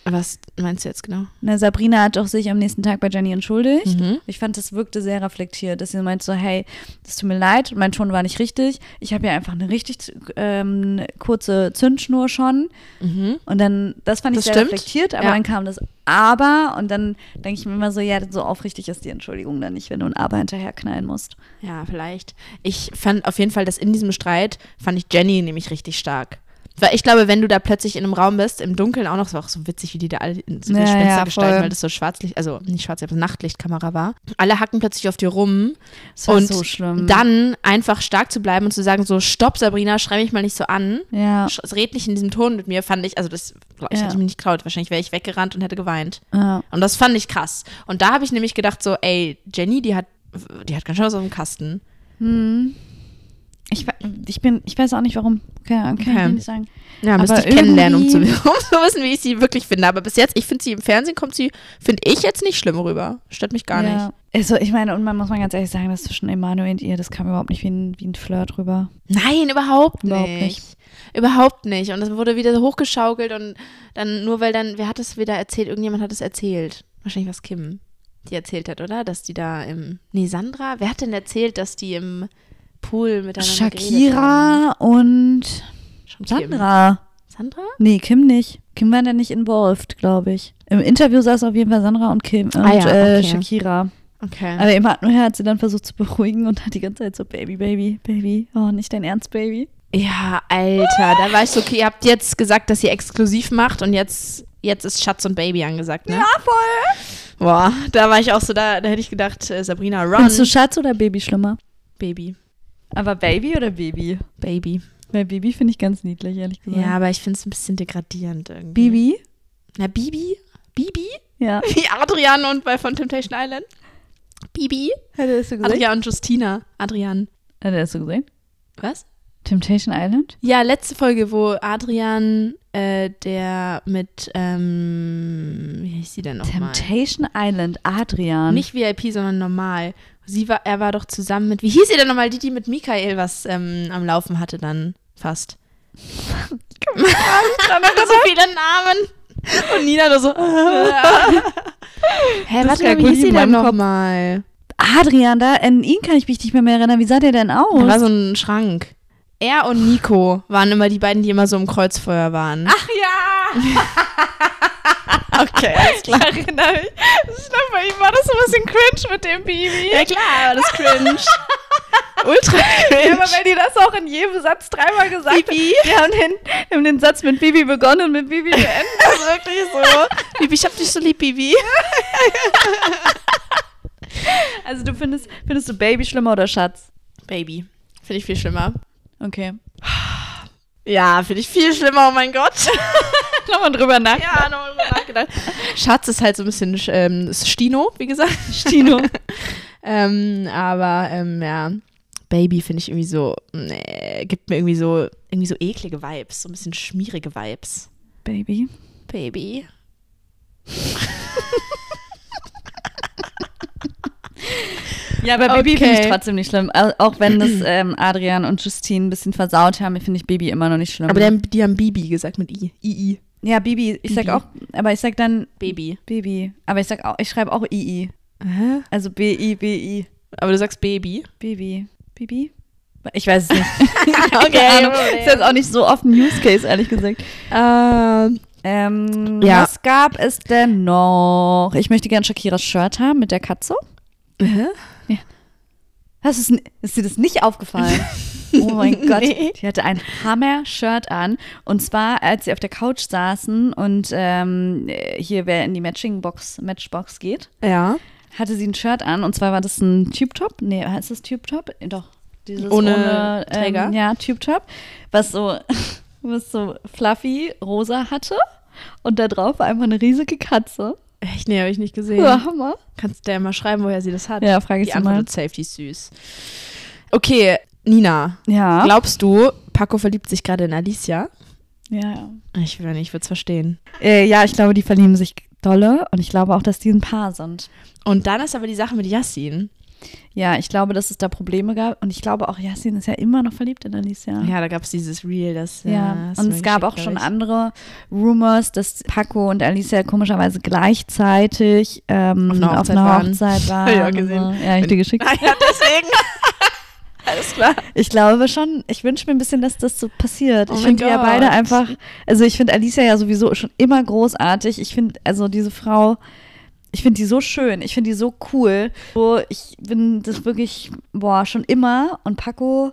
was meinst du jetzt genau? Ne, Sabrina hat auch sich am nächsten Tag bei Jenny entschuldigt. Mhm. Ich fand, das wirkte sehr reflektiert, dass sie meint so, hey, das tut mir leid, mein Ton war nicht richtig. Ich habe ja einfach eine richtig ähm, kurze Zündschnur schon. Und dann, das fand ich Das sehr stimmt. reflektiert, aber Ja. dann kam das Aber und dann denke ich mir immer so, ja, so aufrichtig ist die Entschuldigung dann nicht, wenn du ein Aber hinterher knallen musst. Ja, vielleicht. Ich fand auf jeden Fall, dass in diesem Streit fand ich Jenny nämlich richtig stark. Weil ich glaube, wenn du da plötzlich in einem Raum bist, im Dunkeln auch noch, es war auch so witzig, wie die da alle in so Ja, ja, Gespenster ja, gestalten, voll. weil das so Schwarzlicht, also nicht Schwarzlicht, aber Nachtlichtkamera war. Alle hacken plötzlich auf dir rum. Das war und so schlimm. dann einfach stark zu bleiben und zu sagen, so, stopp, Sabrina, schrei mich mal nicht so an. Ja. Sch- Red nicht in diesem Ton mit mir, fand ich, also das, glaub ich, Ja. hätte ich mir nicht getraut. Wahrscheinlich wäre ich weggerannt und hätte geweint. ja. Und das fand ich krass. Und da habe ich nämlich gedacht, so, ey, Jenny, die hat, die hat ganz schön was auf dem Kasten. Hm. Ich, we- ich bin, ich weiß auch nicht warum. Okay, okay, kann ich Okay. nicht sagen. Ja, müsste Aber ich kennenlernen, um zu, um irgendwie- zu wissen, wie ich sie wirklich finde. Aber bis jetzt, ich finde sie im Fernsehen, kommt sie, finde ich jetzt nicht schlimm rüber. Stört mich gar ja. nicht. Also ich meine, und man muss mal ganz ehrlich sagen, das zwischen Emanuel und ihr, das kam überhaupt nicht wie ein, wie ein Flirt rüber. Nein, überhaupt nicht. Überhaupt Überhaupt nicht. Und das wurde wieder so hochgeschaukelt und dann nur weil dann, wer hat es wieder erzählt? Irgendjemand hat es erzählt. Wahrscheinlich was Kim, die erzählt hat, oder? Dass die da im, nee, Sandra? Wer hat denn erzählt, dass die im Pool miteinander geredet haben? Shakira und Schon Kim. Sandra. Sandra? Nee, Kim nicht. Kim war da nicht involved, glaube ich. Im Interview saß auf jeden Fall Sandra und Kim und Ah ja, äh, okay. Shakira. Okay. Aber Emanuel hat sie dann versucht zu beruhigen und hat die ganze Zeit so, Baby, Baby, Baby, oh, nicht dein Ernst, Baby. Ja, Alter, da war ich so, okay, ihr habt jetzt gesagt, dass ihr exklusiv macht und jetzt, jetzt ist Schatz und Baby angesagt, ne? Ja. voll. Boah, da war ich auch so, da, da hätte ich gedacht, äh, Sabrina, run. Findest du Schatz oder Baby schlimmer? Baby, Aber Baby oder Baby? Baby. Weil Baby finde ich ganz niedlich, ehrlich gesagt. Ja, aber ich finde es ein bisschen degradierend irgendwie. Baby? Na, Bibi? Bibi? Ja. Wie Adrian und bei von Temptation Island? Bibi? Hättest du Adrian und Justina. Adrian. Hättest du gesehen? Was? Temptation Island? Ja, letzte Folge, wo Adrian, äh, der mit, ähm, wie hieß sie denn nochmal? Temptation Island, Adrian. Nicht VIP, sondern normal. Sie war, er war doch zusammen mit, wie hieß sie denn nochmal, die, die mit Michael was ähm, am Laufen hatte dann fast. Ich kann mich so viele Namen. Und Nina nur so. Hä, Das warte wär mal, wie gut hieß sie in denn meinem Kopf. nochmal? Adrian, da, an ihn kann ich mich nicht mehr, mehr erinnern. Wie sah der denn aus? Da war so ein Schrank. Er und Nico waren immer die beiden, die immer so im Kreuzfeuer waren. Ach ja! okay, alles Ich erinnere mich. Ich glaube, bei ihm war das so ein bisschen cringe mit dem Baby. Ja klar, das ist cringe. Ultra Ja, cringe. aber wenn die das auch in jedem Satz dreimal gesagt Bibi. hat. Wir haben den, haben den Satz mit Bibi begonnen und mit Bibi beendet. Das ist wirklich so. Bibi, ich hab dich so lieb, Bibi. Also du findest, findest du Baby schlimmer oder Schatz? Baby. Finde ich viel schlimmer. Okay. Ja, finde ich viel schlimmer, oh mein Gott. Nochmal drüber nach. ja, nochmal drüber nachgedacht. Schatz ist halt so ein bisschen ähm, Stino, wie gesagt. Stino. Ähm, aber ähm, ja, Baby finde ich irgendwie so, nee, gibt mir irgendwie so, irgendwie so eklige Vibes, so ein bisschen schmierige Vibes. Baby. Baby. Ja, aber Baby Okay. finde ich trotzdem nicht schlimm. Au- Auch wenn das ähm, Adrian und Justine ein bisschen versaut haben, finde ich Baby immer noch nicht schlimm. Aber die haben, die haben Bibi gesagt mit I. II. ja, Bibi, ich sag Bibi. auch, aber ich sag dann Baby. Baby. Aber ich sag auch, ich schreibe auch II. Hä? Also B-I, B-I. Aber du sagst Baby. Baby. Baby? Ich weiß es nicht. Okay, Keine Ahnung. Problem. Ist jetzt auch nicht so oft ein Use Case, ehrlich gesagt. Ähm, Ähm, Ja. Was gab es denn noch? Ich möchte gern Shakiras Shirt haben mit der Katze. hä? Hast du's, n- ist dir das nicht aufgefallen? Oh mein Gott, Nee. die hatte ein Hammer-Shirt an. Und zwar, als sie auf der Couch saßen und ähm, hier, wer in die Matching-Box, Matchbox geht, Ja. hatte sie ein Shirt an. Und zwar war das ein Tube-Top. Nee, heißt das Tube-Top? Doch. Dieses Ohne Träger? Ähm, ja, Tube-Top. Was so was so fluffy rosa hatte und da drauf war einfach eine riesige Katze. Echt? Nee, habe ich nicht gesehen. Ja, Hammer. Kannst du ja mal schreiben, woher sie das hat? Ja, frage ich Die sie mal. Antwort ist safety süß. Okay, Nina, Ja. glaubst du, Paco verliebt sich gerade in Alicia? ja. Ich will nicht, ich würde es verstehen. Äh, ja, ich glaube, die verlieben sich dolle und ich glaube auch, dass die ein Paar sind. Und dann ist aber die Sache mit Yassin. Ja, ich glaube, dass es da Probleme gab und ich glaube auch, Yasin ist ja immer noch verliebt in Alicia. Ja, da gab es dieses Reel, das. äh, Ja, hast du und mir es gab geschickt, auch schon glaub ich. andere Rumors, dass Paco und Alicia komischerweise gleichzeitig ähm, Auf auf einer einer Hochzeit Hochzeit, waren. waren. Hab ich auch und gesehen. So. Ja, hab ich dir geschickt. Ah, ja, deswegen. Alles klar. Ich glaube schon, ich wünsche mir ein bisschen, dass das so passiert. Oh ich mein finde die ja Gott. beide einfach, also ich finde Alicia ja sowieso schon immer großartig. Ich finde, also diese Frau, ich finde die so schön, ich finde die so cool. So, ich bin das wirklich, boah, schon immer. Und Paco,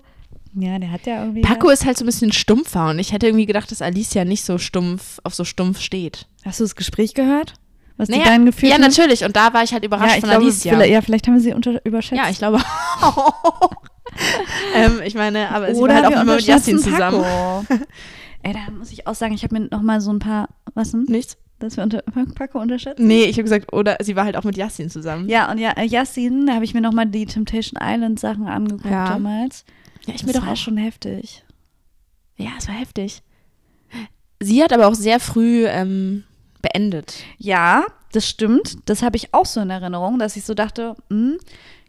ja, der hat ja irgendwie. Paco ist halt so ein bisschen stumpfer und ich hätte irgendwie gedacht, dass Alicia nicht so stumpf auf so stumpf steht. Hast du das Gespräch gehört? Was die dein Gefühl ja, natürlich. Und da war ich halt überrascht ja, ich von glaube, Alicia. Vielleicht, ja, vielleicht haben wir sie unter, überschätzt. Ja, ich glaube auch. ähm, ich meine, aber sie Oder war halt wir auch immer mit unterschätzen Yassin zusammen. Paco. Ey, da muss ich auch sagen, ich habe mir noch mal so ein paar, was denn? Nichts? Dass wir unter, Paco unterschätzen? Nee, ich habe gesagt, oder sie war halt auch mit Yassin zusammen. Ja, und ja, äh, Yassin, da habe ich mir nochmal die Temptation Island Sachen angeguckt Ja. damals. Ja, ich Das war schon heftig. Ja, es war heftig. Sie hat aber auch sehr früh ähm, beendet. Ja, das stimmt. Das habe ich auch so in Erinnerung, dass ich so dachte, hm,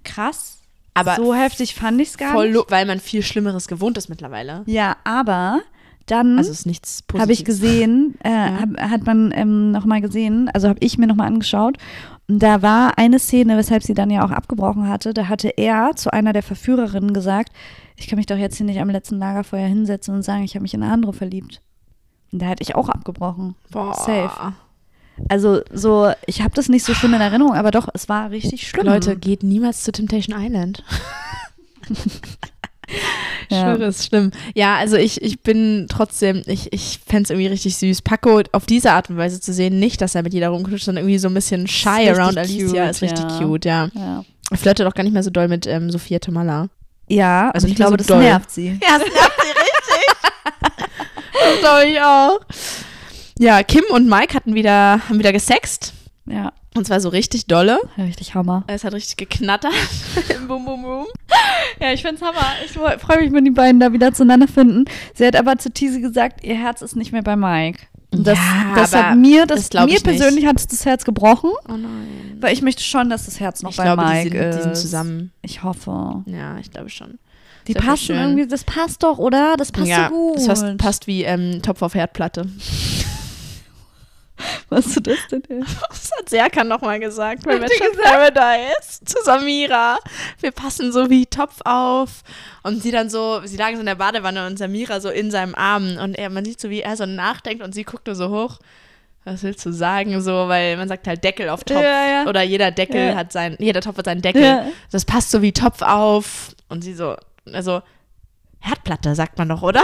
krass. Aber so heftig fand ich es gar Voll, nicht. lo- weil man viel Schlimmeres gewohnt ist mittlerweile. Ja, aber dann Also es ist nichts Positives. habe ich gesehen, äh, hab, hat man ähm, nochmal gesehen, also habe ich mir nochmal angeschaut. Und Da war eine Szene, weshalb sie dann ja auch abgebrochen hatte. Da hatte er zu einer der Verführerinnen gesagt, ich kann mich doch jetzt hier nicht am letzten Lagerfeuer hinsetzen und sagen, ich habe mich in eine andere verliebt. Und da hatte ich auch abgebrochen. Boah. Safe. Also so, ich habe das nicht so schlimm in Erinnerung, aber doch, es war richtig schlimm. Leute, geht niemals zu Temptation Island. Ich Ja. schwöre, es ist schlimm. Ja, also ich, ich bin trotzdem, ich, ich fände es irgendwie richtig süß, Paco auf diese Art und Weise zu sehen. Nicht, dass er mit jeder rumknutscht, sondern irgendwie so ein bisschen shy richtig around Alicia cute, ist richtig ja. cute, ja. Ja, Er flirtet auch gar nicht mehr so doll mit ähm, Sophia Tomala. ja Also also ich nicht mehr glaube, das so doll. nervt sie. Ja, das nervt sie richtig. das glaube ich auch. Ja, Kim und Mike hatten wieder, haben wieder gesext. Ja, Und zwar so richtig dolle. richtig Hammer. Es hat richtig geknattert im Boom Boom Boom. Ja, ich find's Hammer. Ich freue mich, wenn die beiden da wieder zueinander finden. Sie hat aber zu Tisi gesagt, ihr Herz ist nicht mehr bei Mike. Und Das, Ja, das aber hat mir, das, das glaub mir ich nicht. persönlich hat das Herz gebrochen, Oh nein. weil ich möchte schon, dass das Herz noch Ich bei glaube, die Mike sind, ist. die sind zusammen. Ich hoffe. Ja, ich glaube schon. Die Sehr passen schön. irgendwie, das passt doch, oder? Das passt ja, so gut. Das passt, passt wie ähm, Topf auf Herdplatte. Was du das denn? ey? Das hat Serkan nochmal gesagt bei Hat die Match of Paradise zu Samira. Wir passen so wie Topf auf. Und sie dann so, sie lagen so in der Badewanne und Samira so in seinem Arm. Und er, man sieht so, wie er so nachdenkt und sie guckt nur so hoch. Was willst du sagen? So, weil man sagt halt Deckel auf Topf. Ja, ja. Oder jeder Deckel Ja. hat seinen, jeder Topf hat seinen Deckel. Ja. Das passt so wie Topf auf. Und sie so, also Herdplatte sagt man doch, oder?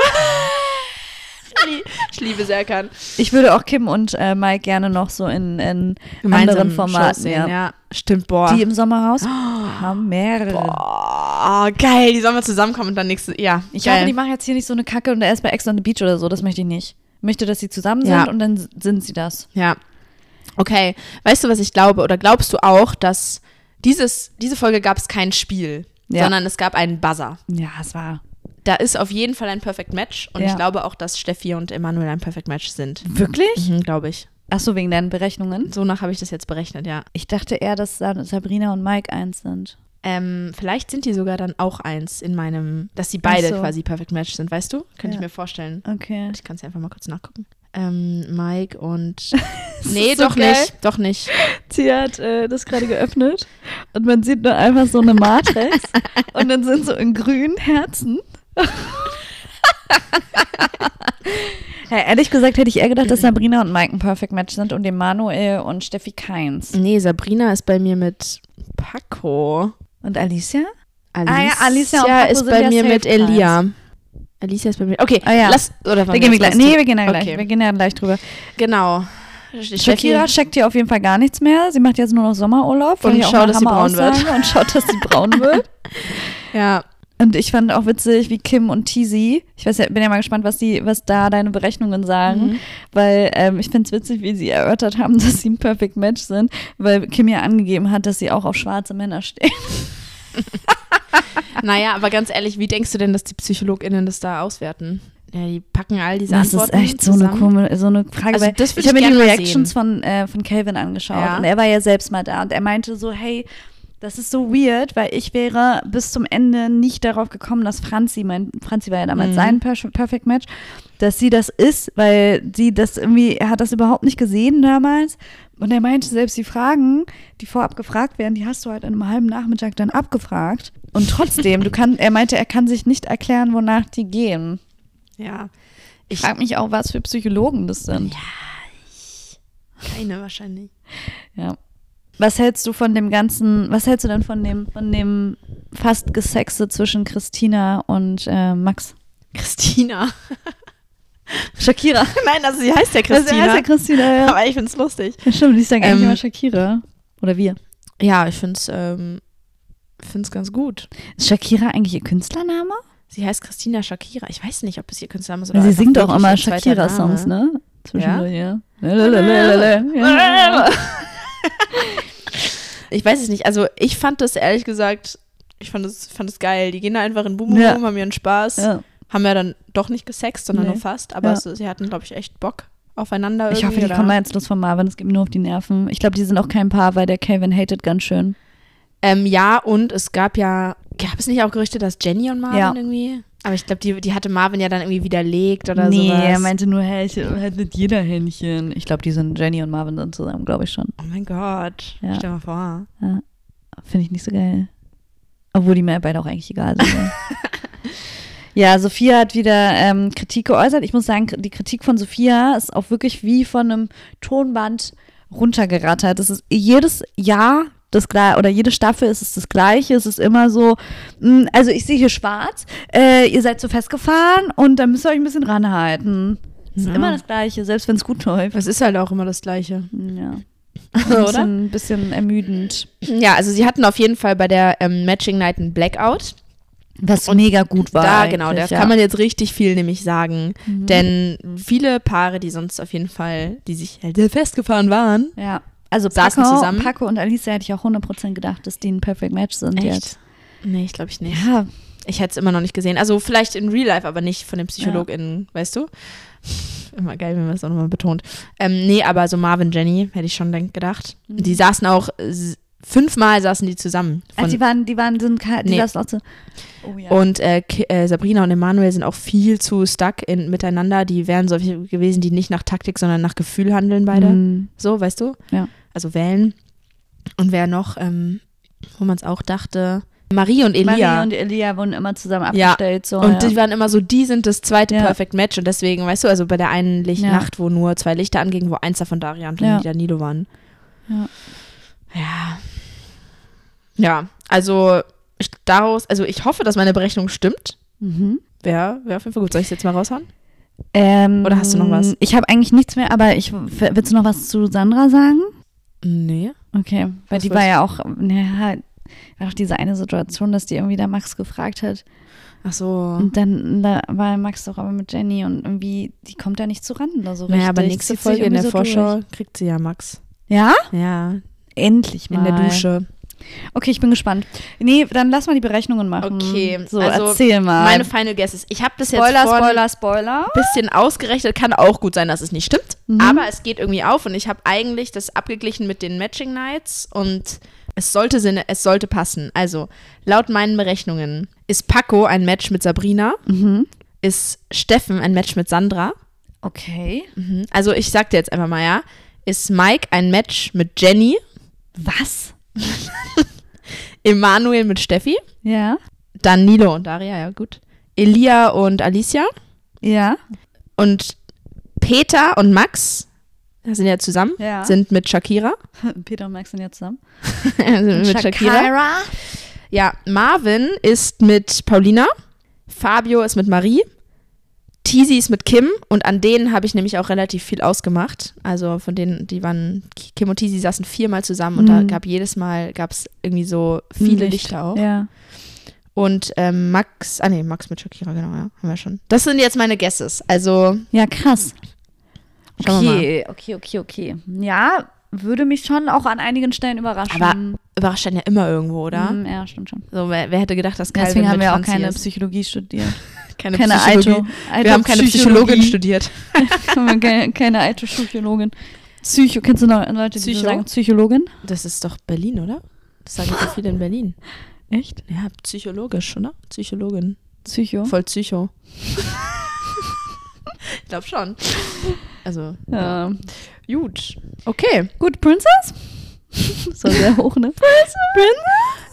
ich liebe Serkan. Ich würde auch Kim und äh, Mike gerne noch so in, in Gemeinsam anderen Formaten. Shows sehen, Ja. ja. Stimmt, boah. Oh. Die im Sommerhaus haben mehrere. Boah, Oh, geil, die sollen mal zusammenkommen und dann nächstes Ja, Ich geil. hoffe, die machen jetzt hier nicht so eine Kacke und erst bei Ex on the Beach oder so. Das möchte ich nicht. Ich möchte, dass sie zusammen sind Ja. und dann sind sie das. Ja. Okay, weißt du, was ich glaube? Oder glaubst du auch, dass dieses, diese Folge gab es kein Spiel, Ja. sondern es gab einen Buzzer? Ja, es war Da ist auf jeden Fall ein Perfect Match und Ja. ich glaube auch, dass Steffi und Emanuel ein Perfect Match sind. wirklich. Mhm, glaube ich. Ach so, wegen deinen Berechnungen. So nach habe ich das jetzt berechnet, ja. Ich dachte eher, dass Sa- Sabrina und Mike eins sind. Ähm, vielleicht sind die sogar dann auch eins in meinem, dass die beide Ach so. quasi Perfect Match sind, weißt du? Könnte Ja. ich mir vorstellen. Okay. Ich kann es einfach mal kurz nachgucken. Ähm, Mike und. nee, ist so doch geil. nicht. Doch nicht. Sie hat äh, das gerade geöffnet und man sieht nur einfach so eine Matrix und dann sind so in grün Herzen. hey, ehrlich gesagt hätte ich eher gedacht, dass Sabrina und Mike ein Perfect Match sind und Emanuel und Steffi keins. Nee, Sabrina ist bei mir mit Paco. Und Alicia? Ah Alicia, ja, Alicia und Paco ist sind bei ja mir safe mit Elia. Alicia ist bei mir. Okay, Ah, ja. lass. Oder Da gehen wir gleich. Nee, wir gehen da gleich. Okay. Wir gehen da gleich drüber. Genau. Shakira Steffi, checkt hier auf jeden Fall gar nichts mehr. Sie macht jetzt nur noch Sommerurlaub. fand Und ich auch schaut, eine dass sie braun Hammeraussage. Und schaut, dass sie braun wird. ja. Und ich fand auch witzig, wie Kim und Tizi, ich weiß ja, bin ja mal gespannt, was die, was da deine Berechnungen sagen, Mhm. weil ähm, ich finde es witzig, wie sie erörtert haben, dass sie ein Perfect Match sind, weil Kim ja angegeben hat, dass sie auch auf schwarze Männer steht. Naja, aber ganz ehrlich, wie denkst du denn, dass die PsychologInnen das da auswerten? Ja, die packen all diese Das ist Antworten echt so eine, zusammen. komische, so eine Frage. Also weil das würd ich habe ich mir die gerne mal Reactions von, äh, von Calvin angeschaut Ja. und er war ja selbst mal da und er meinte so, hey, das ist so weird, weil ich wäre bis zum Ende nicht darauf gekommen, dass Franzi, mein Franzi war ja damals Mhm. sein Per- Perfect Match, dass sie das ist, weil sie das irgendwie, er hat das überhaupt nicht gesehen damals. Und er meinte, selbst die Fragen, die vorab gefragt werden, die hast du halt in einem halben Nachmittag dann abgefragt. Und trotzdem, du kann, er meinte, er kann sich nicht erklären, wonach die gehen. Ja. Ich Ich frage mich auch, was für Psychologen das sind. keine wahrscheinlich. Ja. Was hältst du von dem ganzen, was hältst du denn von dem, von dem fast Gesexe zwischen Christina und äh, Max? Christina. Shakira. Nein, also sie heißt ja Das heißt ja Christina, ja. Aber ich find's lustig. ja stimmt, ich sage eigentlich Ähm. immer Shakira. Oder wir. Ja, ich find's, ähm, find's ganz gut. Ist Shakira eigentlich ihr Künstlername? Sie heißt Christina Shakira. Ich weiß nicht, ob es ihr Künstlername ist oder Weil sie einfach singt auch wirklich immer ihr zweiter Shakira-Songs, Name. ne? Zwischendurch, ja. Lalalala. ja. Ich weiß es nicht. Also ich fand das ehrlich gesagt, ich fand es fand es geil. Die gehen da einfach in Boom Boom, Ja. Boom, haben ihren Spaß. Ja. Haben ja dann doch nicht gesext, sondern Nee. nur fast. Aber Ja. so, sie hatten, glaube ich, echt Bock aufeinander Ich hoffe, irgendwie, die oder? kommen mal jetzt los von Marvin. Es geht mir nur auf die Nerven. Ich glaube, die sind auch kein Paar, weil der Calvin hatet ganz schön. Ähm, ja, und es gab ja, gab es nicht auch Gerüchte, dass Jenny und Marvin Ja. irgendwie? Aber ich glaube, die, die hatte Marvin ja dann irgendwie widerlegt oder sowas. er meinte nur, hey, ich halt nicht jeder Händchen. Ich glaube, die sind, Jenny und Marvin sind zusammen, glaube ich schon. oh mein Gott, Ja. stell mal vor. Finde ich nicht so geil. Obwohl die mir beide auch eigentlich egal sind. ja. ja, Sophia hat wieder ähm, Kritik geäußert. Ich muss sagen, die Kritik von Sophia ist auch wirklich wie von einem Tonband runtergerattert. Es ist jedes Jahr das gleiche oder jede Staffel ist es das gleiche. Es ist immer so, mh, also ich sehe hier schwarz, äh, ihr seid so festgefahren und da müsst ihr euch ein bisschen ranhalten. Es ist Ja. immer das gleiche, selbst wenn es gut läuft. Es ist halt auch immer das Gleiche, Ja. Ein oder? bisschen, bisschen ermüdend. Ja, also sie hatten auf jeden Fall bei der ähm, Matching Night einen Blackout. Was mega gut war. Da, genau, da eigentlich, ja. kann man jetzt richtig viel nämlich sagen. Denn viele Paare, die sonst auf jeden Fall, die sich halt sehr festgefahren waren. Ja. Also Saßen Paco, zusammen? Paco und Alicia hätte ich auch 100% gedacht, dass die ein Perfect Match sind jetzt. Nee, ich glaube ich nicht. Ja, Ich hätte es immer noch nicht gesehen. Also vielleicht in Real Life, aber nicht von den PsychologInnen, weißt du? Immer geil, wenn man es auch nochmal betont. Ähm, nee, aber so Marvin, Jenny, hätte ich schon denk- gedacht. Die saßen auch, äh, s- fünfmal saßen die zusammen. Von, also die waren, die waren, sind, ka- die Nee. saßen auch so. Oh ja. Und äh, Ki- äh, Sabrina und Emanuel sind auch viel zu stuck in, miteinander. Die wären solche gewesen, die nicht nach Taktik, sondern nach Gefühl handeln beide. Mhm. So, weißt du? Ja. Also wählen. Und wer noch, ähm, wo man es auch dachte, Marie und Elia. Maria und Elia wurden immer zusammen abgestellt. So, Und ja. die waren immer so, die sind das zweite Ja. Perfect Match. Und deswegen, weißt du, also bei der einen Licht Ja. Nacht, wo nur zwei Lichter angingen, wo eins davon Darian und Ja. Danilo waren. Ja. Ja. Ja, also ich, daraus, also ich hoffe, dass meine Berechnung stimmt. mhm. Wäre wär auf jeden Fall gut. Soll ich es jetzt mal raushauen? ähm, Oder hast du noch was? Ich habe eigentlich nichts mehr, aber ich, willst du noch was zu Sandra sagen? Nee. Okay, weil Was die wollt- war ja auch, naja, war doch diese eine Situation, dass die irgendwie da Max gefragt hat, Ach so. Und dann da war Max doch aber mit Jenny und irgendwie, die kommt da nicht so ran oder so richtig. Naja, aber nächste Zieht sich Folge in der irgendwie so Vorschau durch. kriegt sie ja Max. Ja? Ja, Endlich mal. in der Dusche. Okay, ich bin gespannt. Nee, dann lass mal die Berechnungen machen. Okay, So, also erzähl mal. Meine Final Guesses. Ich habe das jetzt Spoiler, vorhin- Spoiler, Spoiler. bisschen ausgerechnet. Kann auch gut sein, dass es nicht stimmt. Mhm. Aber es geht irgendwie auf und ich habe eigentlich das abgeglichen mit den Matching Nights und es sollte Sinne, es sollte passen. Also, laut meinen Berechnungen ist Paco ein Match mit Sabrina, Mhm. ist Steffen ein Match mit Sandra. Okay. Mhm. Also, ich sag dir jetzt einfach mal, ja. Ist Mike ein Match mit Jenny, Was? Emanuel mit Steffi, Ja. Danilo und Daria, ja gut. Elia und Alicia Ja. und Peter und Max, das sind ja zusammen, Ja. sind mit Shakira. Peter und Max sind ja zusammen. Also mit Shakira. Ja, Marvin ist mit Paulina, Fabio ist mit Marie, Tizi ist mit Kim und an denen habe ich nämlich auch relativ viel ausgemacht. Also von denen, die waren, Kim und Tizi saßen viermal zusammen und da Mhm. gab jedes Mal, gab es irgendwie so viele Licht. Lichter auch. Hm, Ja. Und ähm, Max, ah nee, Max mit Shakira, genau, ja, haben wir schon. Das sind jetzt meine Guesses. Also, Ja, krass. schauen wir mal. Okay, okay, okay, okay. Ja, würde mich schon auch an einigen Stellen überraschen. Aber überrascht dann ja immer irgendwo, oder? Hm, ja, stimmt schon. So, wer, wer hätte gedacht, dass Calvin Deswegen haben mit wir auch Franzi keine ist? Psychologie studiert. keine, keine Psychologie. Aito- Aito- wir haben keine Psychologin Psychologie. studiert. Haben wir keine, keine alte Psychologin. Psycho, kennst du noch Leute, die so Psycho? sagen Psychologin? Das ist doch Berlin, oder? Das sagen so viele in Berlin. Echt? Ja, psychologisch, oder? Psychologin. Psycho. Voll Psycho. ich glaube schon. Also, Ähm, gut. Okay. gut, Princess? so sehr hoch, ne?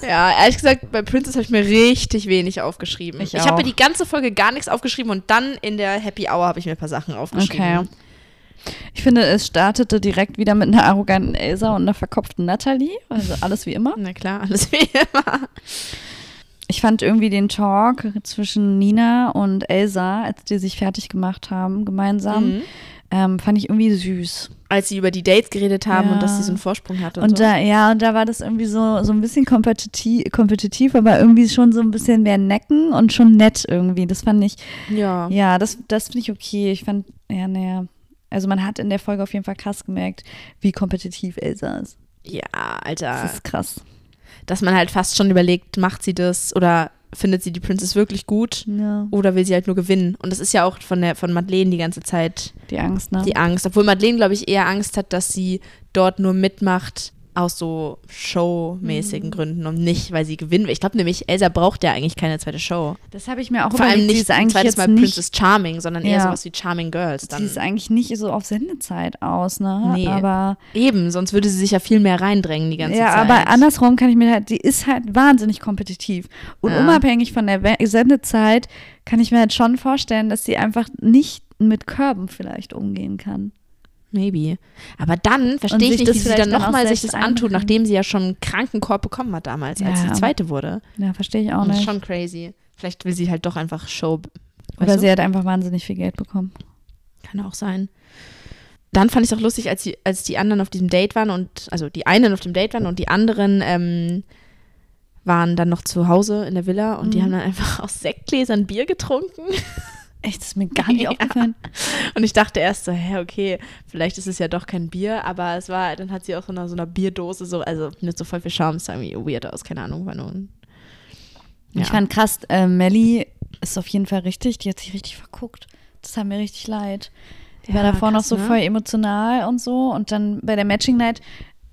Ja, ehrlich gesagt, bei Princess habe ich mir richtig wenig aufgeschrieben. Ich ich habe mir auch. die ganze Folge gar nichts aufgeschrieben und dann in der Happy Hour habe ich mir ein paar Sachen aufgeschrieben. Okay. Ich finde, es startete direkt wieder mit einer arroganten Elsa und einer verkopften Natalie. Also alles wie immer. Na klar, alles wie immer. Ich fand irgendwie den Talk zwischen Nina und Elsa, als die sich fertig gemacht haben, gemeinsam, ähm, fand ich irgendwie süß. Mhm. Als sie über die Dates geredet haben Ja. und dass sie so einen Vorsprung hat und, Und so. da, ja, und da war das irgendwie so, so ein bisschen kompetitiv, kompetitiv, aber irgendwie schon so ein bisschen mehr necken und schon nett irgendwie. Das fand ich, ja. ja, das, das finde ich okay. Ich fand, ja, naja. Also man hat in der Folge auf jeden Fall krass gemerkt, wie kompetitiv Elsa ist. Ja, Das Alter. ist krass. Dass man halt fast schon überlegt, macht sie das oder findet sie die Princess wirklich gut Ja. oder will sie halt nur gewinnen. Und das ist ja auch von, der, von Madeleine die ganze Zeit Die Angst, ne? die Angst. Obwohl Madeleine, glaube ich, eher Angst hat, dass sie dort nur mitmacht aus so Mhm. showmäßigen Gründen und nicht, weil sie gewinnen will. Ich glaube nämlich, Elsa braucht ja eigentlich keine zweite Show. das habe ich mir auch Vor allem überlegt. Sie nicht ist ein eigentlich zweites jetzt Mal nicht, Princess Charming, sondern eher Ja. sowas wie Charming Girls sie ist dann. eigentlich nicht so auf Sendezeit aus, ne? Nee. Aber Eben, sonst würde sie sich ja viel mehr reindrängen die ganze ja, Zeit. aber andersrum kann ich mir halt, die ist halt wahnsinnig kompetitiv. Und Ja. unabhängig von der We Sendezeit kann ich mir halt schon vorstellen, dass sie einfach nicht mit Körben vielleicht umgehen kann. Maybe. Aber dann Und verstehe sich ich nicht, das wie sie vielleicht dann dann auch nochmal sich das selbst antut, einbringen. nachdem sie ja schon einen Krankenkorb bekommen hat damals, als Ja. sie zweite wurde. Ja, verstehe ich auch das ist nicht. schon crazy. Vielleicht will sie halt doch einfach Show. Oder sie hat einfach wahnsinnig viel Geld bekommen. Kann auch sein. Dann fand ich es auch lustig, als die, als die anderen auf diesem Date waren und, also die einen auf dem Date waren und die anderen ähm, waren dann noch zu Hause in der Villa und die haben dann einfach aus Sektgläsern Bier getrunken. Echt, das ist mir gar nicht Ja. aufgefallen. Und ich dachte erst so, hä, okay, vielleicht ist es ja doch kein Bier, aber es war, dann hat sie auch so eine, so einer Bierdose, so, also mit so voll viel Schaum, es sah irgendwie weird aus, keine Ahnung, war nur ein, ja. Ich fand krass, äh, Melly ist auf jeden Fall richtig, die hat sich richtig verguckt. Das hat mir richtig leid. Die war Ja, davor noch krass, so ne? voll emotional und so. Und dann bei der Matching Night,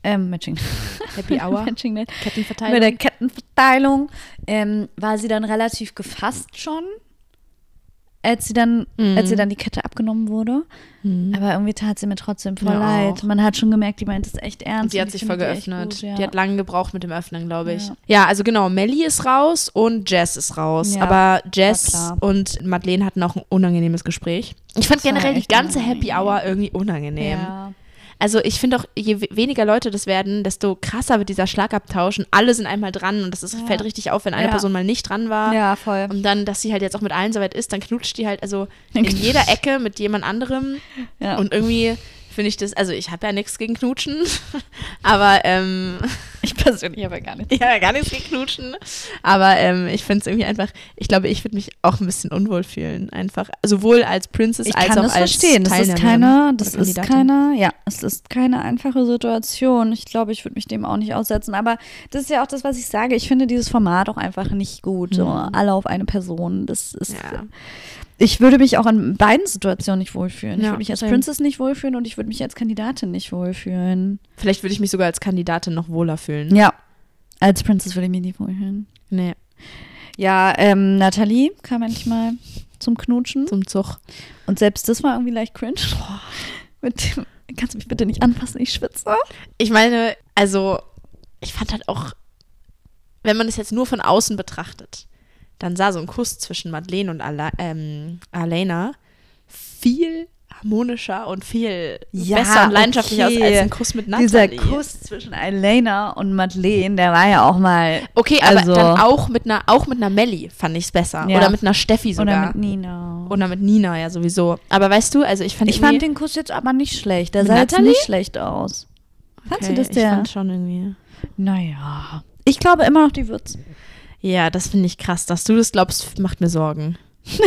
ähm, Matching, Happy Hour, Matching Night, bei der Kettenverteilung. Kettenverteilung, ähm, war sie dann relativ gefasst schon, als sie dann, Mhm. als sie dann die Kette abgenommen wurde. Aber irgendwie tat sie mir trotzdem voll Mir leid. auch. Man hat schon gemerkt, die meint es echt Und ernst. sie und hat ich sich voll finde die echt geöffnet. gut, ja. Die hat lange gebraucht mit dem Öffnen, glaube ich. Ja. Ja. also genau, Melly ist raus und Jess ist raus. Ja, Aber Jess war klar. und Madeleine hatten auch ein unangenehmes Gespräch. Ich fand Das war generell die echt ganze unangenehm. Happy Hour irgendwie unangenehm. Ja. Also ich finde auch, je we- weniger Leute das werden, desto krasser wird dieser Schlagabtausch und alle sind einmal dran und das ist, fällt richtig auf, wenn eine Ja. Person mal nicht dran war. ja, voll. Und dann, dass sie halt jetzt auch mit allen soweit ist, dann knutscht die halt also Dann in knutscht- jeder Ecke mit jemand anderem. Ja. Und irgendwie finde ich das, also ich habe ja nichts gegen Knutschen, aber ähm, ich persönlich aber gar nicht. ich habe ja gar nichts gegen Knutschen. Aber ähm, ich finde es irgendwie einfach, ich glaube, ich würde mich auch ein bisschen unwohl fühlen. Einfach, sowohl als Princess Ich als kann auch das als verstehen. Das ist Teilnehmerin keine, oder das ist Kandidatin. keine, ja, es ist keine einfache Situation. Ich glaube, ich würde mich dem auch nicht aussetzen. Aber das ist ja auch das, was ich sage. Ich finde dieses Format auch einfach nicht gut. So, alle auf eine Person. Das ist. Mhm. Ja. Ich würde mich auch in beiden Situationen nicht wohlfühlen. ich Ja, würde mich als same. Princess nicht wohlfühlen und ich würde mich als Kandidatin nicht wohlfühlen. Vielleicht würde ich mich sogar als Kandidatin noch wohler fühlen. Ja. Als Princess würde ich mich nicht wohlfühlen. Nee, Ja, ähm, Nathalie kam endlich mal zum Knutschen. zum Zug. Und selbst das war irgendwie leicht cringe. Mit dem, kannst du mich bitte nicht anfassen, ich schwitze. Ich meine, also, ich fand halt auch, wenn man es jetzt nur von außen betrachtet, dann sah so ein Kuss zwischen Madeleine und Ala ähm, Alena viel harmonischer und viel Ja, besser und leidenschaftlicher aus okay. als ein Kuss mit Natalie. Dieser Kuss zwischen Elena und Madeleine, der war ja auch mal. Okay, aber Also- dann auch mit einer, auch mit einer Melli fand ich es besser. Ja. Oder mit einer Steffi sogar. Oder mit Nina. Oder mit Nina, ja, sowieso. Aber weißt du, also ich fand ich fand irgendwie- den Kuss jetzt aber nicht schlecht. Der Mit sah jetzt Natalie? nicht schlecht aus. Fandst du Okay, das der? Ich fand schon irgendwie. naja. Ich glaube immer noch, die wird's. Ja, das finde ich krass. Dass du das glaubst, macht mir Sorgen. Wie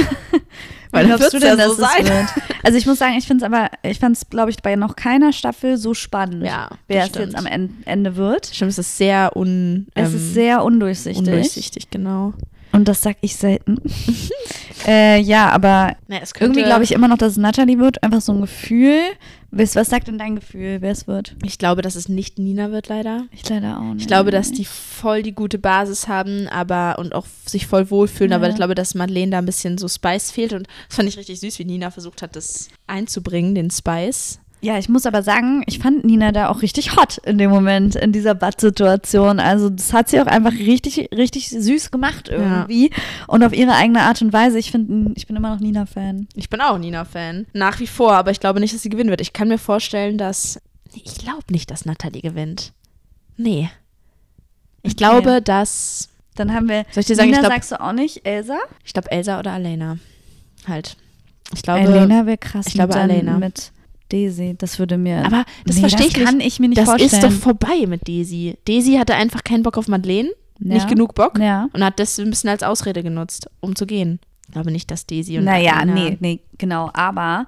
dann glaubst du wird's denn, ja dass es wird? Also ich muss sagen, ich finde es aber, ich fand es, glaube ich, bei noch keiner Staffel so spannend, Ja, wer das es jetzt stimmt. am En- Ende wird. Stimmt, es ist sehr un, Es ähm, ist sehr undurchsichtig. undurchsichtig, genau. Und das sag ich selten. äh, ja, aber Na, es irgendwie glaube ich immer noch, dass es Natalie wird. Einfach so ein Gefühl. Wisst, was sagt denn dein Gefühl, wer es wird? ich glaube, dass es nicht Nina wird, leider. Ich leider auch nicht. Ich glaube, dass die voll die gute Basis haben, aber und auch sich voll wohlfühlen, aber Ja. ich glaube, dass Madeleine da ein bisschen so Spice fehlt und das fand ich richtig süß, wie Nina versucht hat, das einzubringen, den Spice. Ja, ich muss aber sagen, ich fand Nina da auch richtig hot in dem Moment, in dieser Bad-Situation. Also das hat sie auch einfach richtig, richtig süß gemacht irgendwie. Und auf ihre eigene Art und Weise. Ich finde, ich bin immer noch Nina-Fan. Ich bin auch Nina-Fan. Nach wie vor, aber ich glaube nicht, dass sie gewinnen wird. Ich kann mir vorstellen, dass. Nee, ich glaube nicht, dass Natalie gewinnt. Nee. Okay. Ich glaube, dass. Dann haben wir. Soll ich dir sagen, ich Nina glaub- sagst du auch nicht, Elsa? Ich glaube, Elsa oder Alena. Halt. Ich glaube. Elena wäre krass. ich glaube, mit dann- Alena. Mit Daisy. Das würde mir. Aber das nee, verstehe ich das nicht. kann ich mir nicht das vorstellen. ist doch vorbei mit Daisy. Daisy hatte einfach keinen Bock auf Madeleine, Ja. nicht genug Bock Ja. und hat das ein bisschen als Ausrede genutzt, um zu gehen. Ich glaube nicht, dass Daisy und Naja, Alena- nee, nee, genau. Aber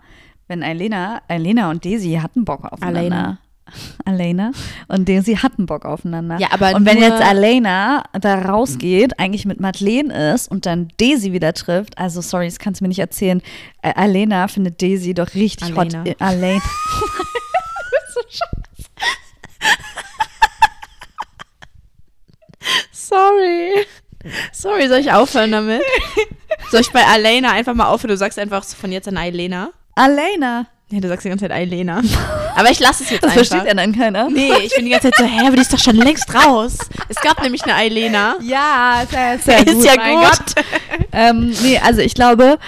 wenn Elena, Elena und Daisy hatten Bock aufeinander. Alena. Elena und Daisy hatten Bock aufeinander. Ja, aber und wenn nur- jetzt Elena da rausgeht, eigentlich mit Madeleine ist und dann Daisy wieder trifft, also sorry, das kannst du mir nicht erzählen. Ä- Elena findet Daisy doch richtig Alena. hot. Äh, Alena. Sorry. Sorry, soll ich aufhören damit? soll ich bei Alena einfach mal aufhören? Du sagst einfach so von jetzt an Alena. Alena. Ja, du sagst die ganze Zeit Alena. Aber ich lasse es jetzt Das einfach. versteht ja dann keiner. Nee, ich bin die ganze Zeit so, hä, aber die ist doch schon längst raus. Es gab nämlich eine Alena. Ja, sehr, ist ja gut. Ähm, nee, also ich glaube,